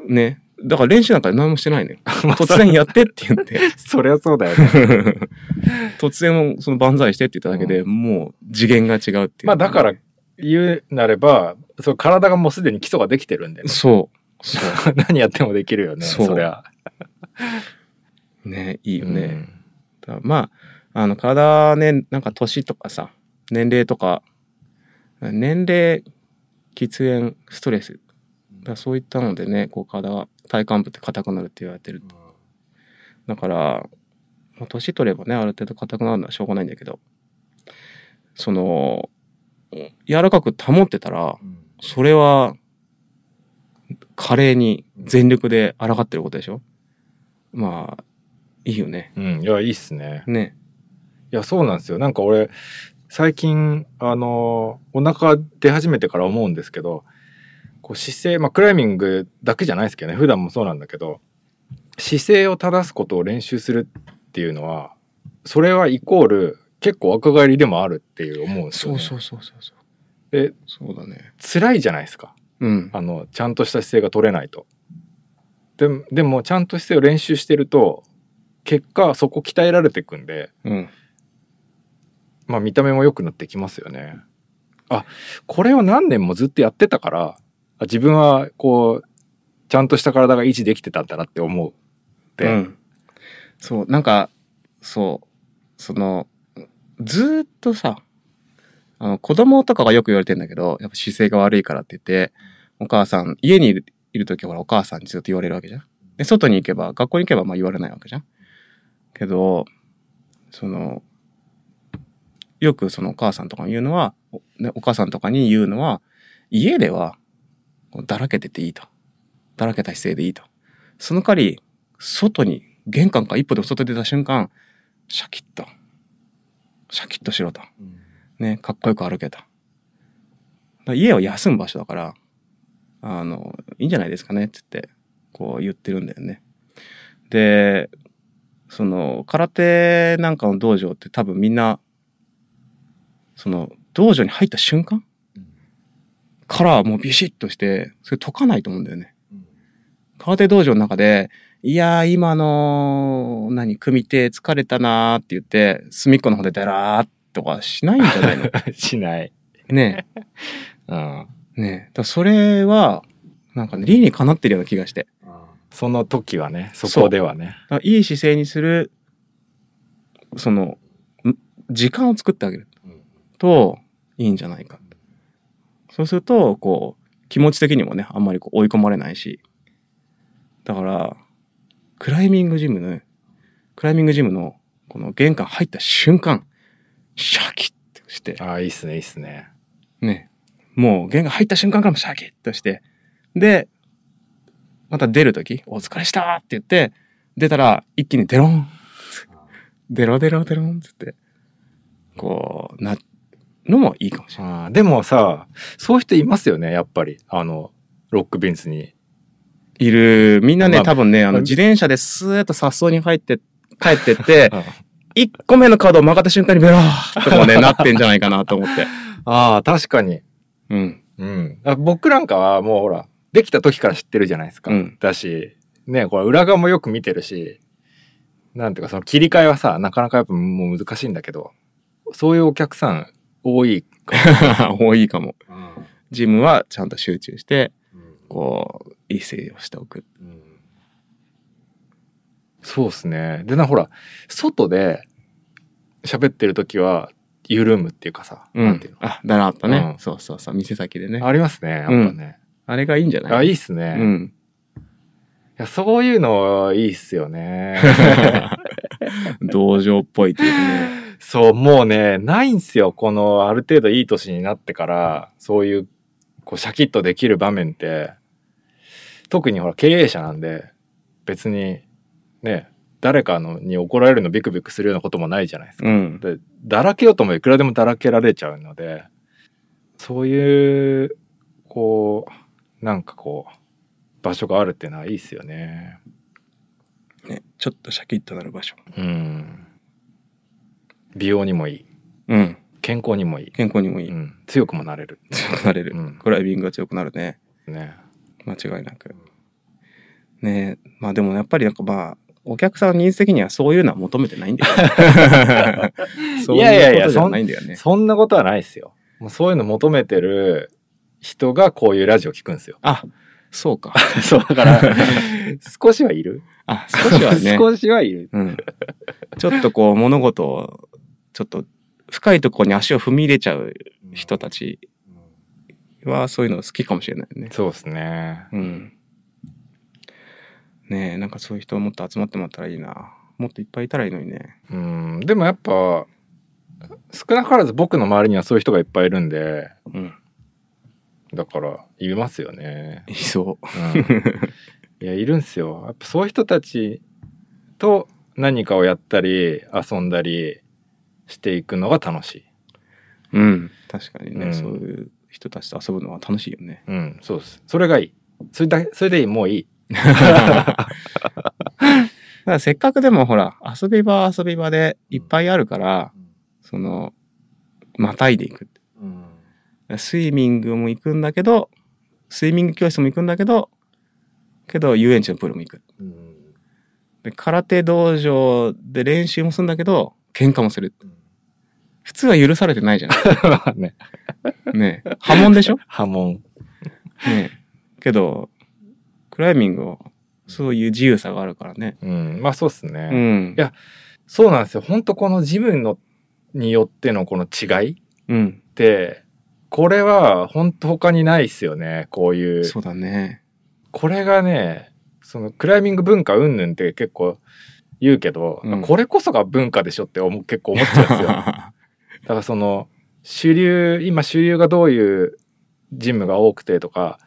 B: ね。だから練習なんか何もしてないのよ。 突然やってって言って。
A: そりゃそうだよね。
B: 突然その万歳してって言っただけで、もう次元が違うっていう。
A: まあだから、言うなれば、そう体がもうすでに基礎ができてるんで、ね、
B: そう。そ
A: 何やってもできるよね、
B: そう
A: そりゃ。
B: う。ね、いいよ
A: う
B: ね。
A: ん
B: だからまあ、あの、体ね、なんか年とかさ、年齢とか、年齢、喫煙、ストレス。だからそういったのでね、こう体、体幹部って硬くなるって言われてると。だから、まあ年取ればね、ある程度硬くなるのはしょうがないんだけど、その、柔らかく保ってたら、それは、華麗に全力で抗ってることでしょまあ、いいよね。
A: うん、いや、いいっすね。
B: ね。
A: いや、そうなんですよ。なんか俺、最近、あの、お腹出始めてから思うんですけど、こう姿勢、まあ、クライミングだけじゃないですけどね、普段もそうなんだけど、姿勢を正すことを練習するっていうのは、それはイコール、結構若返りでもあるっていう思うんですよ、
B: そう
A: ね。
B: そううそうそうそう。
A: え
B: そうだね。
A: 辛いじゃないですか。
B: うん。
A: あの、ちゃんとした姿勢が取れないと。でも、でもちゃんと姿勢を練習してると、結果、そこ鍛えられていくんで、
B: うん。
A: まあ見た目も良くなってきますよね。あ、これを何年もずっとやってたから、あ自分はこう、ちゃんとした体が維持できてたんだなって思うって。
B: うん、そうなんかそうそのずーっとさあの子供とかがよく言われてんだけどやっぱ姿勢が悪いからって言ってお母さん家にいるいる時はほらお母さんにずっと言われるわけじゃん。で外に行けば学校に行けばまあ言われないわけじゃん。けどそのよくそのお母さんとかに言うのは、おね、お母さんとかに言うのは家ではこうだらけてていいと。だらけた姿勢でいいと。その代わり外に、玄関から一歩でも外出た瞬間、シャキッと、シャキッとしろと。ね、かっこよく歩けと。だから家を休む場所だから、あの、いいんじゃないですかねって言って、こう言ってるんだよね。で、その、空手なんかの道場って多分みんな、その、道場に入った瞬間からもうビシッとして、それ解かないと思うんだよね。空手道場の中で、いやー、今の、何、組手疲れたなーって言って、隅っこの方でだらーっとかしないんじゃないの
A: しない。
B: ね
A: うん。
B: え。ねえ。だからそれは、なんかね、理にかなってるような気がして。
A: その時はね、そこではね。
B: だからいい姿勢にする、その、ん時間を作ってあげると、いいんじゃないか。そうすると、こう、気持ち的にもね、あんまりこう追い込まれないし。だから、クライミングジムの、クライミングジムの、この玄関入った瞬間、シャキッとして、
A: ああ、いいっすね、いいっすね。
B: ね、もう玄関入った瞬間からもシャキッとして、で、また出るとき、お疲れしたって言って、出たら一気にデロンデロデロデロンって言って、こう、な、のもいいかもしれない。
A: あーでもさ、そういう人いますよね、やっぱり。あの、ロックビンズに。
B: いる、みんなね、
A: まあ
B: 多分ね、あ
A: ま
B: の、
A: あ
B: 自転車でスーッと颯爽に入って、帰ってって
A: うん、
B: 一個目のカードを曲がった瞬間にベローっとこうね、なってんじゃないかなと思って。
A: ああ、確かに。
B: うん。
A: うん。あ僕なんかはもうほら、できた時から知ってるじゃないですか。
B: うん
A: だし、ね、これ裏側もよく見てるし、なんていうかその切り替えはさ、なかなかやっぱもう難しいんだけど、そういうお客さん多い。
B: 多いかも。ジムはちゃんと集中して、こう、いい姿勢をしておく。
A: そうですね。でな、ほら、外で喋ってる時は緩むっていうかさ、
B: う。
A: なんていうん
B: あ、だなっとね、
A: うん
B: そうそうそう。店先でね。
A: の
B: あ
A: ありますね、やっぱね。
B: れがいいんじゃない
A: あ、
B: い
A: いいっすね。
B: う
A: い
B: ん。
A: やそういうのいいっすよね。
B: 道場っぽいっていうかね。
A: そう、もうね、ないんすよ。この、ある程度いい年になってから、そういう、こう、シャキッとできる場面って、特にほら、経営者なんで、別に、ね、誰かのに怒られるのビクビクするようなこともないじゃないですか。
B: うん。
A: でだらけようともいくらでもだらけられちゃうので、そういう、こう、なんかこう、場所があるっていうのはいいっすよね。
B: ね、ちょっとシャキッとなる場所。
A: うん。美容にもいい。
B: うん。
A: 健康にもいい。
B: 健康にもいい。
A: うん、強くもなれる。
B: 強くなれる。
A: うん
B: クライミングが強くなるね。
A: ね。
B: 間違いなく。ねえまあでもやっぱりなんかまあ、お客さんのニーズ的にはそういうのは求めてないんだよ ね。そう
A: いやいやい
B: いうこ
A: や
B: とじゃないんだよね。。
A: そんなことはないですよ。もうそういうの求めてる人がこういうラジオ聞くん ですよ
B: あ、そうか。
A: そう、だから、少しはいる。
B: あ、少しはね。
A: 少しはいる。
B: うん。ちょっとこう物事を、ちょっと深いところに足を踏み入れちゃう人たちはそういうの好きかもしれないね。
A: そうですね。
B: うん。ねえ、なんかそういう人もっと集まってもらったらいいな。もっといっぱいいたらいいのにね。
A: うん、でもやっぱ、少なからず僕の周りにはそういう人がいっぱいいるんで、
B: うん。
A: だから、いますよね。
B: いそう。
A: うん、いや、いるんですよ。やっぱそういう人たちと何かをやったり、遊んだりしていくのが楽しい。
B: うん。確かにね、
A: うん
B: そういう人たちと遊ぶのは楽しいよね。
A: うん、そうです。それがいい。それだけ、それでいい、もういい。
B: だからせっかくでもほら、遊び場は遊び場でいっぱいあるから、その、またいでいく。スイミングも行くんだけど、スイミング教室も行くんだけど、けど遊園地のプールも行く。で空手道場で練習もするんだけど、喧嘩もする。普通は許されてないじゃな
A: まあ ね。
B: い。ねえ。波紋でしょ
A: 波紋。
B: ねえ。けど、クライミングは、そういう自由さがあるからね。
A: うん。まあそうっすね。
B: うん。
A: やそうなんですよ。本当このジムのによってのこの違い
B: うん。
A: って、これは本当他にないっすよね。こういう。
B: そうだね。
A: これがね、そのクライミング文化云々って結構言うけど、
B: うん
A: これこそが文化でしょって思う結構思っちゃうん ですよ。だからその主流、今主流がどういうジムが多くてとか、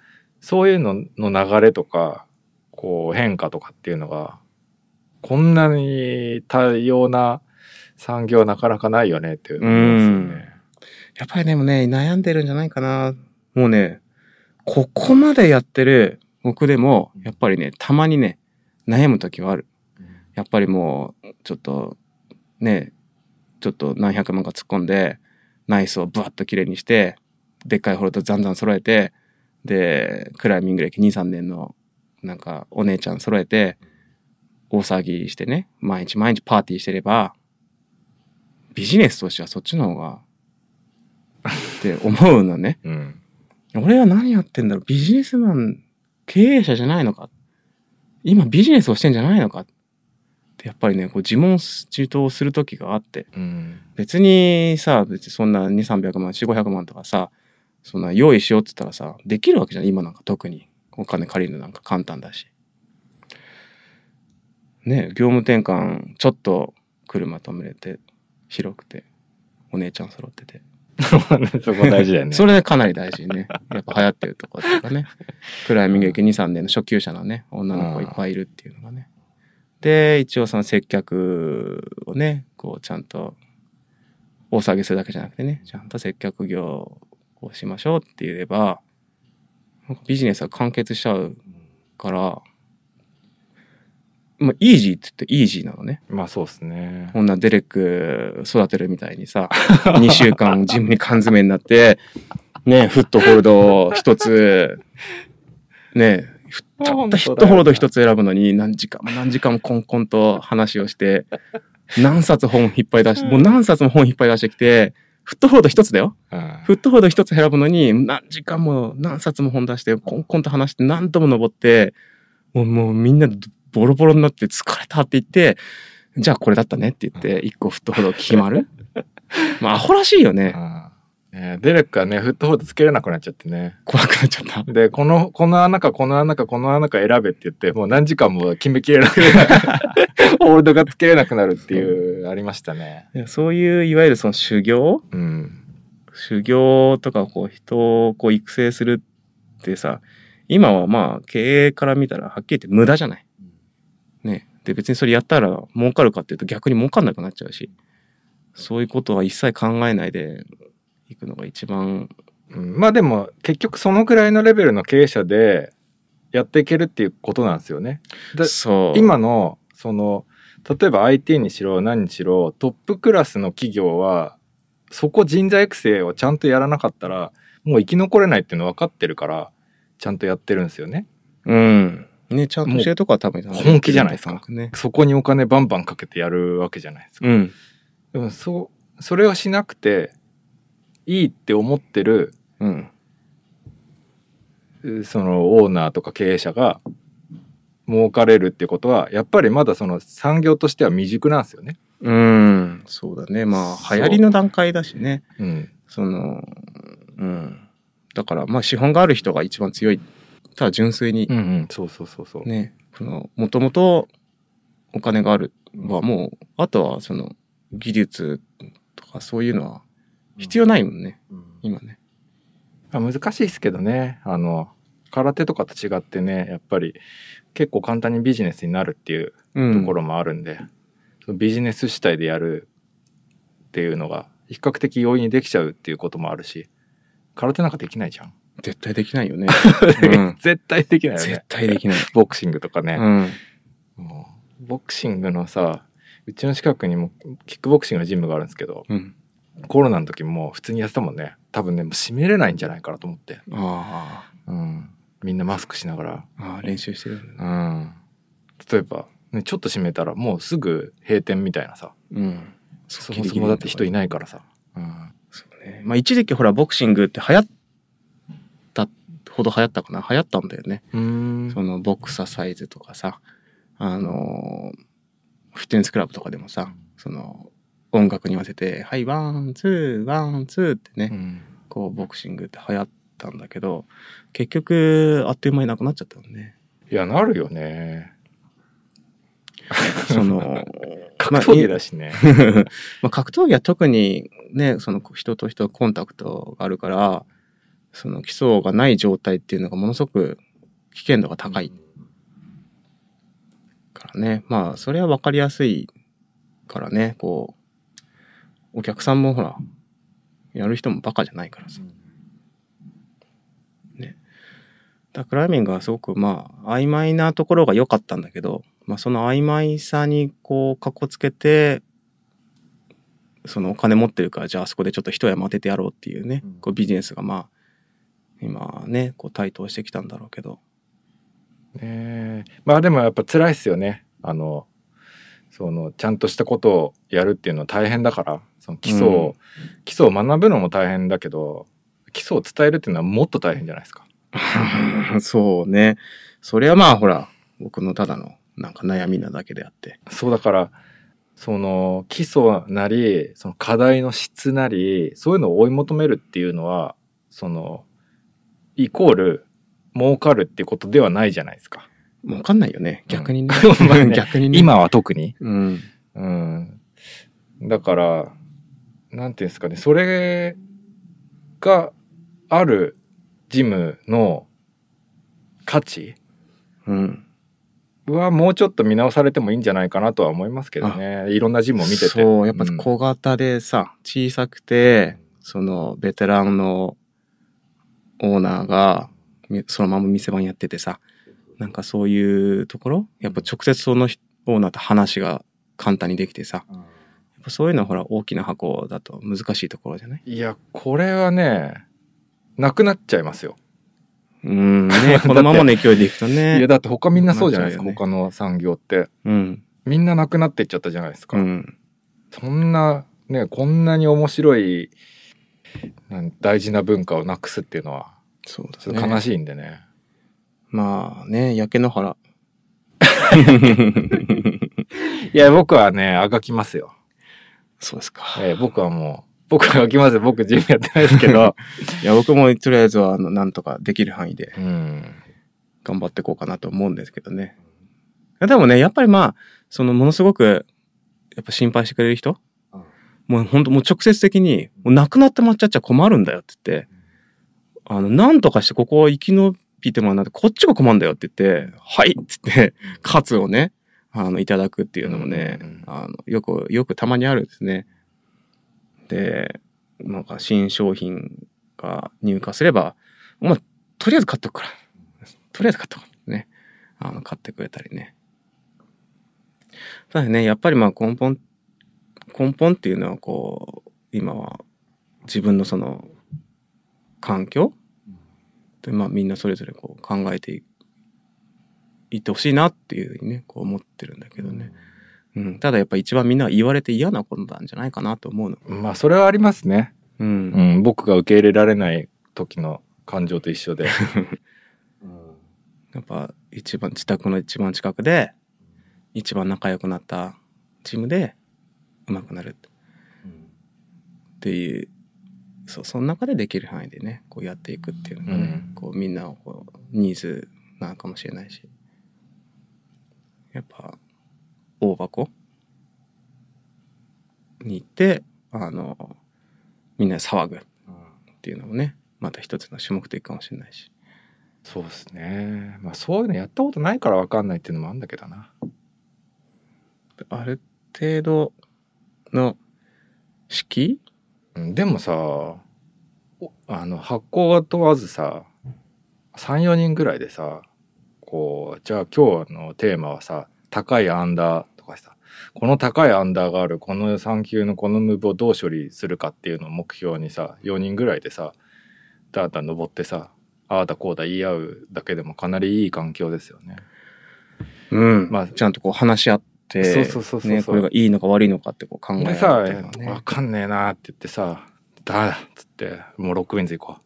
A: そういうのの流れとか、こう変化とかっていうのが、こんなに多様な産業はなかなかないよねっていうのを思うんですよね。
B: やっぱりでもね、悩んでるんじゃないかな。もうね、ここまでやってる僕でも、やっぱりね、たまにね、悩む時はある。やっぱりもう、ちょっと、ね、ちょっと何百万か突っ込んで、ナイスをブワッと綺麗にして、でっかいホールドざんざん揃えて、で、クライミング歴2、3年の、なんか、お姉ちゃん揃えて、大騒ぎしてね、毎日毎日パーティーしてれば、ビジネスとしてはそっちの方がって思うのね。
A: うん。
B: 俺は何やってんだろうビジネスマン、経営者じゃないのか今ビジネスをしてんじゃないのかってやっぱりね、こう自問自答する時があって。
A: うん。
B: 別にさ、別にそんな2、300万、4、500万とかさ、そんな用意しようって言ったらさ、できるわけじゃん。今なんか特に。お金借りるのなんか簡単だし。ねえ業務転換、ちょっと車止めれて、広くて、お姉ちゃん揃ってて。
A: そこ大事だよね。
B: それでかなり大事ね。やっぱ流行ってるところとか ね。クライミング歴2、3年の初級者のね、女の子いっぱいいるっていうのがね。で、一応その接客をね、こうちゃんと、大下げするだけじゃなくてね、ちゃんと接客業をしましょうって言えば、なんかビジネスは完結しちゃうから、まあ、イージーって言ってイージーなのね。
A: まあそうっすね。
B: こんなデレック育てるみたいにさ、2週間ジムに缶詰になって、ね、フットホールド一つ、ね、ふた
A: 本当だよな
B: ったヒットホールド一つ選ぶのに何時間も何時間もコンコンと話をして、何冊本いっぱい出して、もう何冊も本いっぱい出してきて、フットホールド一つだよ。
A: うん
B: フットフォード一つ選ぶのに何時間も何冊も本出してコンコンと話して何度も登ってもうもうみんなボロボロになって疲れたって言ってじゃあこれだったねって言って一個フットフォード決ま るまあアホらしいよね
A: うんねデレックはね、フットホールドつけれなくなっちゃってね。
B: 怖くなっちゃった
A: で、この、この穴か、この穴か、この穴か選べって言って、もう何時間も決めきれなくなる。ホールドがつけれなくなるっていう、ありましたね。
B: いやそういういわゆるその修行
A: うん。
B: 修行とかこう人をこう育成するってさ今はまあ経営から見たらはっきり言って無駄じゃない。ね。で別にそれやったら儲かるかっていうと逆に儲かんなくなっちゃうしそういうことは一切考えないでいくのが一番
A: うんまあでも、結局そのくらいのレベルの経営者でやっていけるっていうことなんですよね。だ
B: そう。
A: 今の、その、例えば IT にしろ何にしろ、トップクラスの企業は、そこ人材育成をちゃんとやらなかったら、もう生き残れないっていうの分かってるから、ちゃんとやってるんですよね。
B: うん。ねちゃんと教えとかは多分
A: 本気じゃないですか
B: ね。
A: そこにお金バンバンかけてやるわけじゃないですか。
B: うん。
A: でもそう、それをしなくていいって思ってる、
B: うん。
A: うそのオーナーとか経営者が儲かれるってことは、やっぱりまだその産業としては未熟なんですよね。
B: うん。そうだね。まあ
A: そう
B: 流行りの段階だしね。
A: うん。
B: その、うん。だから、まあ、資本がある人が一番強い。ただ、純粋に
A: う、んうん。そうそうそうそう。
B: ね、この、もともとお金があるはもう、あとは、その、技術とかそういうのは必要ないもんね、今ね。
A: まあ難しいですけどね。あの、空手とかと違ってね、やっぱり結構簡単にビジネスになるっていう
B: うん。
A: ところもあるんで、そのビジネス主体でやるっていうのが比較的容易にできちゃうっていうこともあるし空手なんかできないじゃん、
B: 絶対できないよね。うん
A: 絶対できないよ
B: 絶
A: ね
B: 対できない。
A: ボクシングとかね、
B: うん。
A: もうボクシングのさうちの近くにもキックボクシングのジムがあるんですけど
B: うん。
A: コロナの時も普通にやってたもんね多分ねもう閉めれないんじゃないかなと思って、
B: あ
A: うん、みんなマスクしながら、
B: あ、ああ、練習してるんだ
A: う
B: ね。
A: ん、例えば、ね、ちょっと閉めたらもうすぐ閉店みたいなさ
B: うん。
A: そもそもだって人い
B: い。
A: ないからさ
B: ね。まあ一時期ほらボクシングって流行ったほど流行ったかな流行ったんだよね。
A: うん
B: そのボクササイズとかさ、あのーフィットネスクラブとかでもさ、その音楽に合わせて、はい、ワン、ツー、ワン、ツーってね、こうボクシングって流行ったんだけど、結局あっという間になくなっちゃったの ね。
A: いや、なるよね。
B: その、
A: 格闘技だしね。
B: まあ、格闘技は特にね、その人と人のコンタクトがあるから、その基礎がない状態っていうのがものすごく危険度が高い。からね。まあ、それはわかりやすいからね、こう、お客さんもほら、やる人もバカじゃないからさ。ね。だからクライミングはすごくまあ、曖昧なところが良かったんだけど、まあ、その曖昧さにこう、かっこつけて、そのお金持ってるから、じゃああそこでちょっと一山当ててやろうっていうね、
A: うん
B: こうビジネスがまあ、今ね、こう台頭してきたんだろうけど。
A: ねえまあでもやっぱ辛いっすよね。あの、その、ちゃんとしたことをやるっていうのは大変だから、その基礎を、基礎を学ぶのも大変だけど、基礎を伝えるっていうのはもっと大変じゃないですか。
B: そうね。それはまあほら、僕のただのなんか悩みなだけであって。
A: そうだから、その基礎なり、その課題の質なり、そういうのを追い求めるっていうのは、その、イコール、儲かるっていうことではないじゃないですか。
B: もうわかんないよね。逆にね。
A: うん まあね
B: 逆にね。。
A: 今は特に。
B: うん。
A: うん。だから、なんていうんですかね、それがあるジムの価値
B: うん。
A: はもうちょっと見直されてもいいんじゃないかなとは思いますけどね。いろんなジムを見てて。
B: そう、やっぱ
A: ん
B: 小型でさ、小さくて、そのベテランのオーナーが、みそのまま店番やっててさ、なんかそういうところやっぱ直接その人オーナーと話が簡単にできてさ、やっぱそういうのはほら大きな箱だと難しいところじゃない
A: いや、これはね、なくなっちゃいますよ。
B: う んね、このままの勢いでいくと
A: いや、
B: ね。
A: だって他みんなそうじゃないですか、
B: なくなっちゃ
A: 他の産業って。
B: うん。
A: みんななくなっていっちゃったじゃないですか。
B: うん。
A: そんな、ね、こんなに面白い、なん大事な文化をなくすっていうのは、
B: そうだ
A: ちょっ
B: ね。
A: と悲しいんでね。
B: まあね、焼け野原。
A: いや、僕はね、あがきますよ。
B: そうですか。
A: えー僕はもう、僕はあがきますよ。僕ジムやってないですけど。
B: いや、僕もとりあえずは、あの、なんとかできる範囲で
A: うん。
B: 頑張っていこうかなと思うんですけどね。でもね、やっぱりまあ、その、ものすごく、やっぱ心配してくれる人、もう本当もう直接的に、もう亡くなってもらっちゃっちゃ困るんだよって言って、あの、なんとかしてここを生き延びてもらうなんて、こっちが困るんだよって言って、はいって言って、カツをね、あの、いただくっていうのもね
A: うんうんうん、
B: あの、よく、よくたまにあるんですね。で、なんか新商品が入荷すれば、お前、とりあえず買っとくから。とりあえず買っとくからね。あの、買ってくれたりね。ただね、やっぱりまあ根本、根本っていうのはこう、今は自分のその、環境で、まあみんなそれぞれこう考えていいってほしいなっていうふうにね、こう思ってるんだけどね。うん。ただやっぱ一番みんな言われて嫌なことなんじゃないかなと思うの。
A: まあ、それはありますね。
B: う。
A: うんん、僕が受け入れられない時の感情と一緒で。
B: やっぱ一番、自宅の一番近くで、一番仲良くなったチームで上手くなるって。っていう、そう、その中でできる範囲でね、こうやっていくっていうのがね、
A: うん
B: こうみんなをこうニーズなのかもしれないし。やっぱ、大箱に行って、あの、みんなで騒ぐっていうのもね、また一つの種目的かもしれないし。
A: そうですね。まあ、そういうのやったことないからわかんないっていうのもあるんだけどな。
B: ある程度の式
A: うんでもさ、おあの、発行は問わずさ、3、4人ぐらいでさ、こう、じゃあ今日のテーマはさ、高いアンダーとかさ、この高いアンダーがある、この3級のこのムーブをどう処理するかっていうのを目標にさ、4人ぐらいでさ、だーだ登ってさ、ああだこうだ言い合うだけでもかなりいい環境ですよね。
B: うん
A: ま
B: ま
A: あ
B: あ、ちゃんとこう話し合って、
A: そうそうそうそうそう
B: ね、これがいいのか悪いのかってこう考え合う
A: で
B: って
A: さ、
B: いうのはね
A: わかんねえなって言ってさ、ダメだっつって、もうロックウィンズ 行こ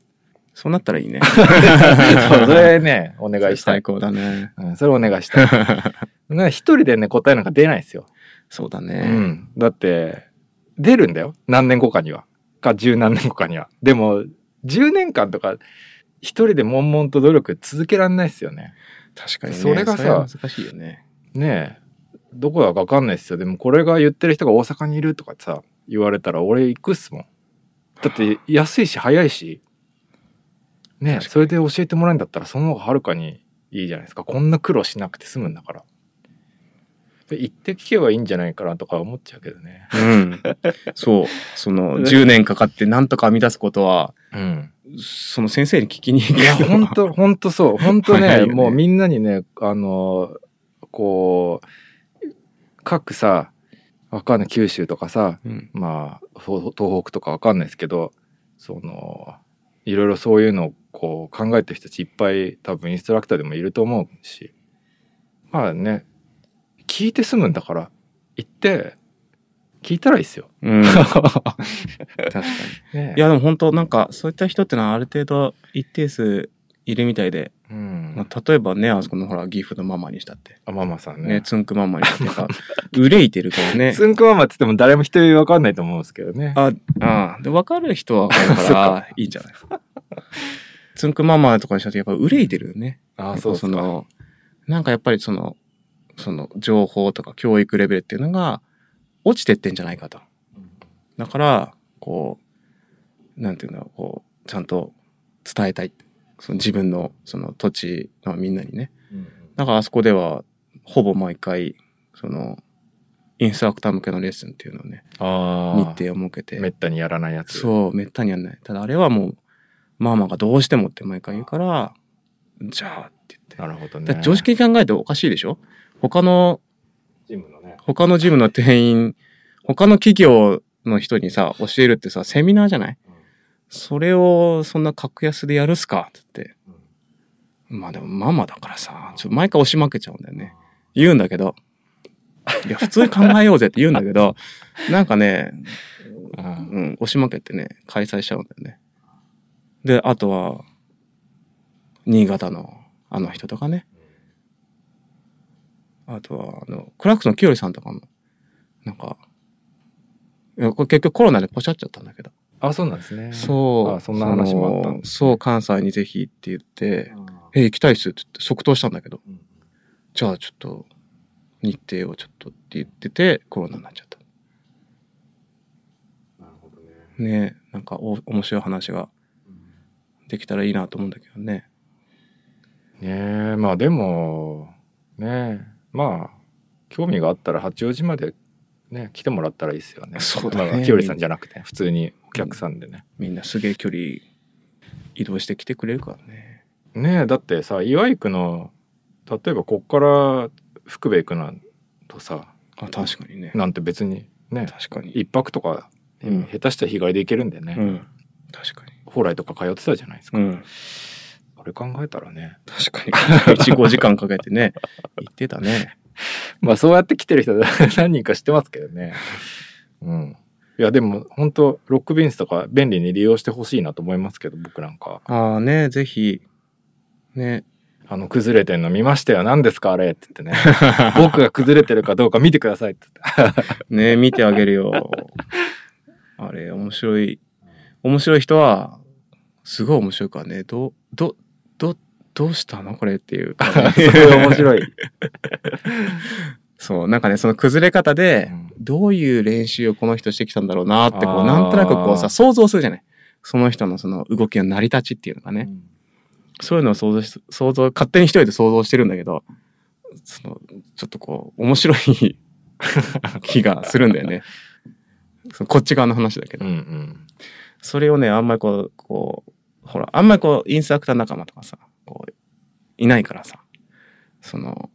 B: そうなったらいいね。
A: う。そうそれね、 お願いした
B: 最
A: い。
B: 高だね。
A: うん、それお願いしたい。なんか一人でね、答えなんか出ないですよ。
B: そうだ
A: う
B: ね。
A: ん。だって、出るんだよ。何年後かには。か、十何年後かには。でも、10年間とか、一人で悶々と努力続けられないですよね。
B: 確かにね。
A: それがさ
B: は難しいよね。
A: ねえ。どこだかわかんないですよ。でも、これが言ってる人が大阪にいるとかさ、言われたら、俺行くっすもん。だって、安いし、早いし。ねえ、
B: 確かに
A: それで教えてもらうんだったら、その方がはるかにいいじゃないですか。こんな苦労しなくて済むんだから。で行って聞けばいいんじゃないかなとか思っちゃうけどね。
B: うん。そう。その、10年かかってなんとか編み出すことは、
A: うん。
B: その先生に聞きに行く
A: い や、
B: のは
A: 本当本当そう。本当
B: 早い
A: ね、
B: よね
A: もうみんなにね、あの、こう、各さ、わかんない、九州とかさ、
B: うん。
A: まあ、東東北とかわかんないですけど、その、いろいろそういうのをこう考えてる人たちいっぱい多分インストラクターでもいると思うし、まあね、聞いて済むんだから、行って、聞いたらいいっす よ。
B: うん。確か に。
A: ね
B: いや、でも本当なんか、そういった人ってのはある程度一定数いるみたいで、
A: うん。
B: まあ、例えばね、あそこのほら、岐阜のママにしたって。
A: あママさん
B: ね、
A: ね。
B: つんくママにしたってやっぱ、 憂いてるからね
A: つ。んくママって言っても誰も一人わかんないと思うんですけどね。
B: あ、ああで、わかる人はわかるか
A: そっ
B: ら、いいんじゃないつんくママとかにしたってやっぱ憂いてるよね。
A: あ
B: やっぱ
A: そうそ
B: そ
A: の
B: の、なんかやっぱりその、その情報とか教育レベルっていうのが落ちてってんじゃないかと。だから、こう、なんていうんだろう、こう、ちゃんと伝えたい。その自分の、その土地のみんなにね。だからあそこでは、ほぼ毎回、その、インストラクター向けのレッスンっていうのをね、
A: あ
B: 日
A: あ
B: 程を設けて
A: め。ったにやらないやつ。
B: そう、めったにやんない。ただあれはもう、ママがどうしてもって毎回言うから、じゃあって言って。
A: なるほど
B: だ
A: ね
B: って。常識に考えておかしいでしょ他の、
A: ジムのね。
B: 他のジムの店員、他の企業の人にさ、教えるってさ、セミナーじゃない
A: うん
B: それをそんな格安でやるっすかつって
A: うん。
B: まあでもママだからさ、ちょっと毎回押し負けちゃうんだよね。言うんだけど、いや、普通に考えようぜって言うんだけ ど、なんかね、
A: うん
B: うん、押し負けてね、開催しちゃうんだよね。で、あとは、新潟のあの人とかね。あとは、あの、クラックスの清里さんとかも、なんか、いやこれ結局コロナでポシャっちゃったんだけど。
A: あ、そうなんですね。
B: そう。
A: あそんな話もあった
B: そ
A: ん
B: の
A: です。
B: そう、関西にぜひって言
D: 啊
B: って、
D: 嗯
A: あ
B: え、行きたいっすって言って即答したんだけど、
A: うん
B: じゃあちょっと、日程をちょっとって言ってて、コロナになっちゃった。
A: ーなるほどね。
B: ねえなんかお面白い話ができたらいいなと思うんだけどね。
A: ねえ、まあでも、ねえ、まあ、興味があったら八王子までね、来てもらったらいいですよね。
B: そうだね
A: まあきよりさんじゃなくて、普通にお客さんでね。
B: みんなすげえ距離移動してきてくれるからね。
A: ねえ、だってさ、岩井区の、例えばこっから福部行くなんとさ、
B: あ、確かにね。
A: なんて別にね、
B: 確かに。
A: 一泊とか、
B: うん
A: 下手したら日帰りで行けるんでね、
B: うん。確かに。
A: 蓬莱とか通ってたじゃないですか。
B: うん。
A: これ考えたらね。
B: 確かに。1、5時 間かけてね、行ってたね。
A: まあそうやって来てる人 何人か知ってますけどね。うん。いやでも本当ロックビンスとか便利に利用してほしいなと思いますけど、僕なんか。
B: ああね、ぜひ、ね。
A: あの崩れてんの見ましたよ。何ですかあれって言って ね。僕が崩れてるかどうか見てくださいって言って。
B: ね、見てあげるよ。あれ、面白い。面白い人は、すごい面白いからね。ど、ど、ど、どうしたのこれっていう。
A: すごい面白い。
B: そう、なんかね、その崩れ方で
A: うん、
B: どういう練習をこの人してきたんだろうなって、こ
A: あ
B: う、
A: ー
B: なんとなくこうさ、想像するじゃない。その人のその動きの成り立ちっていうのがね。そういうのを想像し、想像、勝手に一人で想像してるんだけど、その、ちょっとこう、面白い気がするんだよね。そのこっち側の話だけ
A: う
B: ど
A: ん。うん。
B: それをね、あんまりこう、こう、ほら、あんまりこう、インストラクター仲間とかさ、こう、いないからさ、その、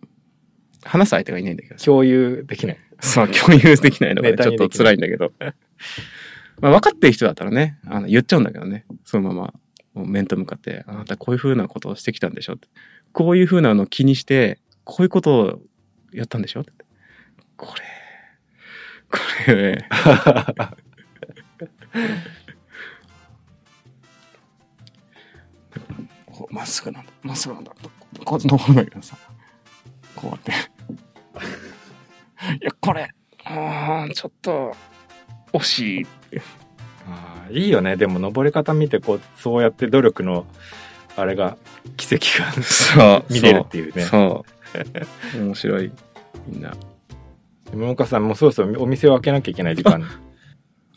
B: 話す相手がいないんだけどさ
A: 共有できない。
B: そう、共有できないのがね
A: ネタ
B: ちょっ
A: に
B: と
A: でき
B: 辛
A: ない
B: んだけど。まあ、分かってる人だったらね、あの言っちゃうんだけどね、そのままもう面と向かって、あなたこういうふうなことをしてきたんでしょって。こういうふうなのを気にして、こういうことをやったんでしょって。こ れ、これ、
G: 真っ白なんだ。こう登るんだけどさ、こうやって。いや、これ、うーん、ちょっと、惜しい。
A: あーいいよねでも登り方見てこうそうやって努力のあれが奇跡が
B: そう
A: 見れるっていうね
B: そう。 面白い。みんな。
A: 桃岡さんもうそろそろお店を開けなきゃいけない時間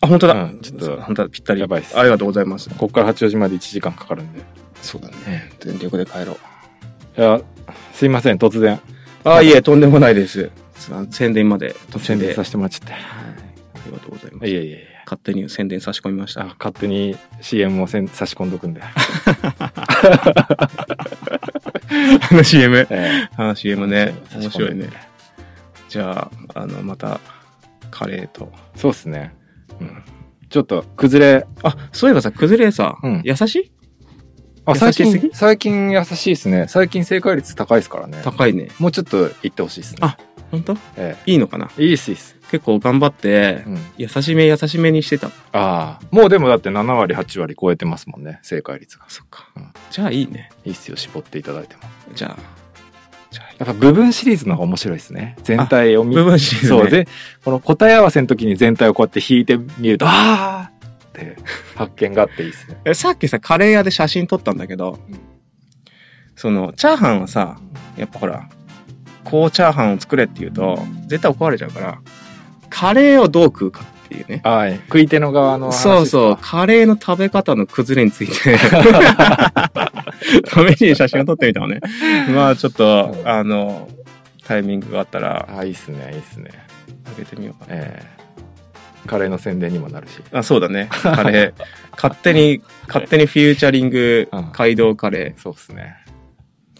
B: あ、本当だ。
A: うんちょっと
B: 本当だ。ぴったり。
A: やばいっす
B: ありがとうございます。
A: こっから八王子まで1時間かかるんで
B: そうだね。全力で帰ろ
A: い
B: う。
A: やすいません突然
B: あ、いえ、とんでもないです。宣伝まで途中
A: 宣
B: で。
A: 伝
B: は
A: さ
B: い
A: せてもらっちゃって
B: ありがとうございます。
A: いやいやいや
B: 勝手に宣伝差し込みまし
A: あ
B: た。
A: 勝手に CM をせん差し込んど くんで、
B: あの CM。
A: え
B: あの CM ね。
A: 差し
B: 面
A: 込
B: 白い
A: んで
B: ね。じゃあ、あの、また、カレーと。
A: えそうっすね、うん、ちょっと崩れ
B: あ、そういえばさ、崩れさ
A: うん、
B: 優しい
A: あ
B: 優
A: 最
B: しすぎ
A: 近最近優しいですね最近正解率高いですからね
B: 高いね。
A: もうちょっと行ってほしいですね
B: あ本当
A: え
B: いいのかな
A: えいいっすいいっす、
B: 結構頑張って
A: う、ん、
B: 優しめ優しめにしてた。
A: ああもうでもだって7割8割超えてますもんね正解率が
B: そっか
A: うん。
B: じゃあいいね。
A: いいっすよ絞っていただいても
B: じゃあ、じゃあいい
A: やっぱ部分シリーズの方が面白いですね全体を見
B: 部分シリーズね
A: そうぜこの答え合わせの時に全体をこうやって引いてみるとああって発見があっていいですね
B: えさっきさ、カレー屋で写真撮ったんだけど、その、チャーハンはさ、やっぱほら、こうチャーハンを作れって言うと、絶対怒られちゃうから、カレーをどう食うかっていうね。
A: はい食い手の側の話
B: そうそう、カレーの食べ方の崩れについ て、試しに写真を撮ってみたのね。まあちょっと、あの、タイミングがあったら、
A: ああいいっすねいいっすね
B: 上げてみようかな。
A: ええカレーの宣伝にもなるし
B: あ、そうだね。カ レー。勝手に、勝手にフューチャリング
A: うん、
B: 街道カレ
A: そうっすね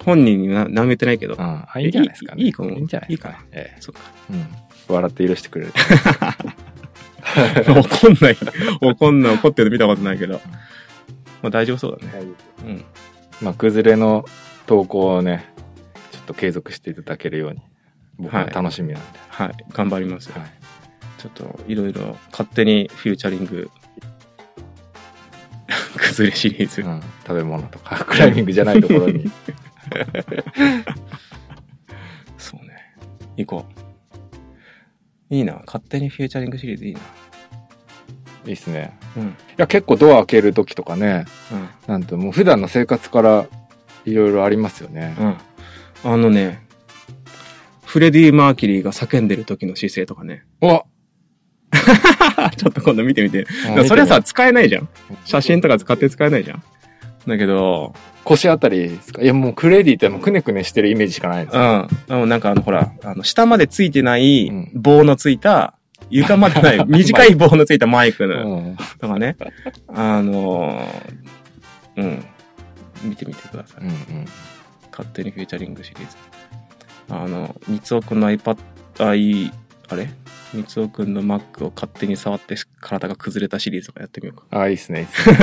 B: ー。本人にな舐めてないけど
A: う、んあいいんじゃないですかね
B: いいいいかも
A: いいんじゃないですかね
B: いいか
A: え
B: そっか。
A: えうん笑って許してくれる と
B: 怒んない。怒んない。怒ってるの見たことないけど。まあ大丈夫そうだね。うん。
A: まあ崩れの投稿をねちょっと継続していただけるように僕は楽しみなんで、
B: はい。頑張ります。
A: はい
B: ちょっと、いろいろ、勝手にフューチャリング、 崩れシリーズ。
A: うん、食べ物とか クライミングじゃないところ に
B: そうね。行こう。いいな。勝手にフューチャリングシリーズいいな。
A: いいっすね
B: うん。う
A: いや結構ドア開ける時とかね
B: ん。
A: なんともう普段の生活からいろいろありますよね、
B: うん。あのね、フレディ・マーキュリーが叫んでる時の姿勢とかね。
A: うわ
B: あ、ちょっと今度見てみて。
A: あ見てみよう
B: それはさ、使えないじゃん。写真とか使って使えないじゃん。だけど、
A: 腰あたりですかいやもうクレディってもうくねくねしてるイメージしかないで
B: う
A: す
B: ん。でもなんかあの、ほら、あの、下までついてな
A: う
B: い
A: ん
B: 棒のついた、床までない、 短い棒のついたマイク
A: う
B: の、
A: ん、
B: とかね。あのーうん。見てみてください。
A: うんうん
B: 勝手にフューチャリングシリーズ。あの、三つおくんの iPad、i、あれ三つおくんの Mac を勝手に触って体が崩れたシリーズとかやってみようか。
A: ああいいっすねいいっすね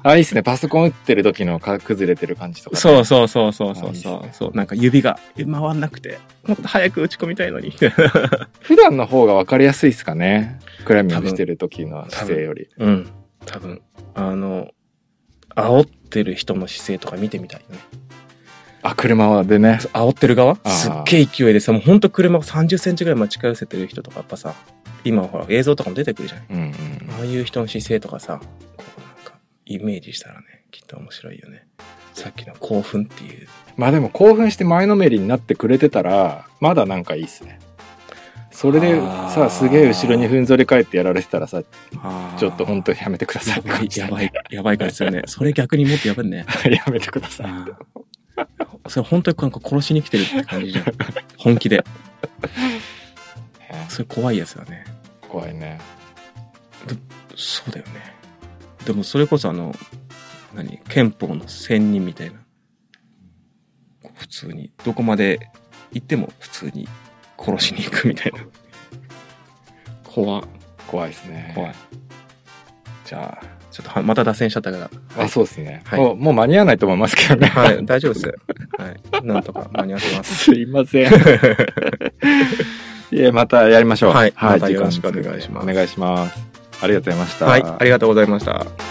A: あいいっすねパソコン打ってる時のか崩れてる感じとかね、
B: そうそうそうそうそ
A: あいういっす
B: そう
A: ね
B: そうなんか指がえ回んなくてもっと早く打ち込みたい のに
A: 普段の方が分かりやすいっすかねクライミングしてる時の姿勢より
B: うん多分あの煽ってる人の姿勢とか見てみたいね
A: あ車でね
B: そう煽ってる側
A: あー
B: すっげえ勢いでさもうほんと車を3 0センチぐらいまで近寄せてる人とかやっぱさ今ほら映像とかも出てくるじゃない
A: うんうん
B: ああいう人の姿勢とかさこうなんかイメージしたらねきっと面白いよねさっきの興奮っていう
A: まあでも興奮して前のめりになってくれてたらまだなんかいいっすねそれで
B: あー
A: さすげえ後ろにふんぞり返ってやられてたらさちょっと本当にやめてください
B: や
A: って
B: ば
A: 感
B: い
A: じ
B: やばいやばいからですよねそれ逆にもっとやばいね
A: やめてください
B: うん それ本当になんか殺しに来てるって感じじゃん。本気で。
A: ね
B: それ怖いやつだね。
A: 怖いね
B: そうだよね。でもそれこそあの、何憲法の仙人みたいな。普通に、どこまで行っても普通に殺しに行くみたいな。怖、
A: 怖いっすね
B: 怖い。じゃあ、ちょっとはまた脱線しちゃったから。
A: あそうですね、
B: はい
A: もうもう間に合わないと思いますけどね、
B: はい、大丈夫です。はい。なんとか間に合ってます。
A: すいませ んいやまたやりましょう
B: はいまたよろしくお願いします
A: お願いしますありがとうございました
B: はい、ありがとうございました。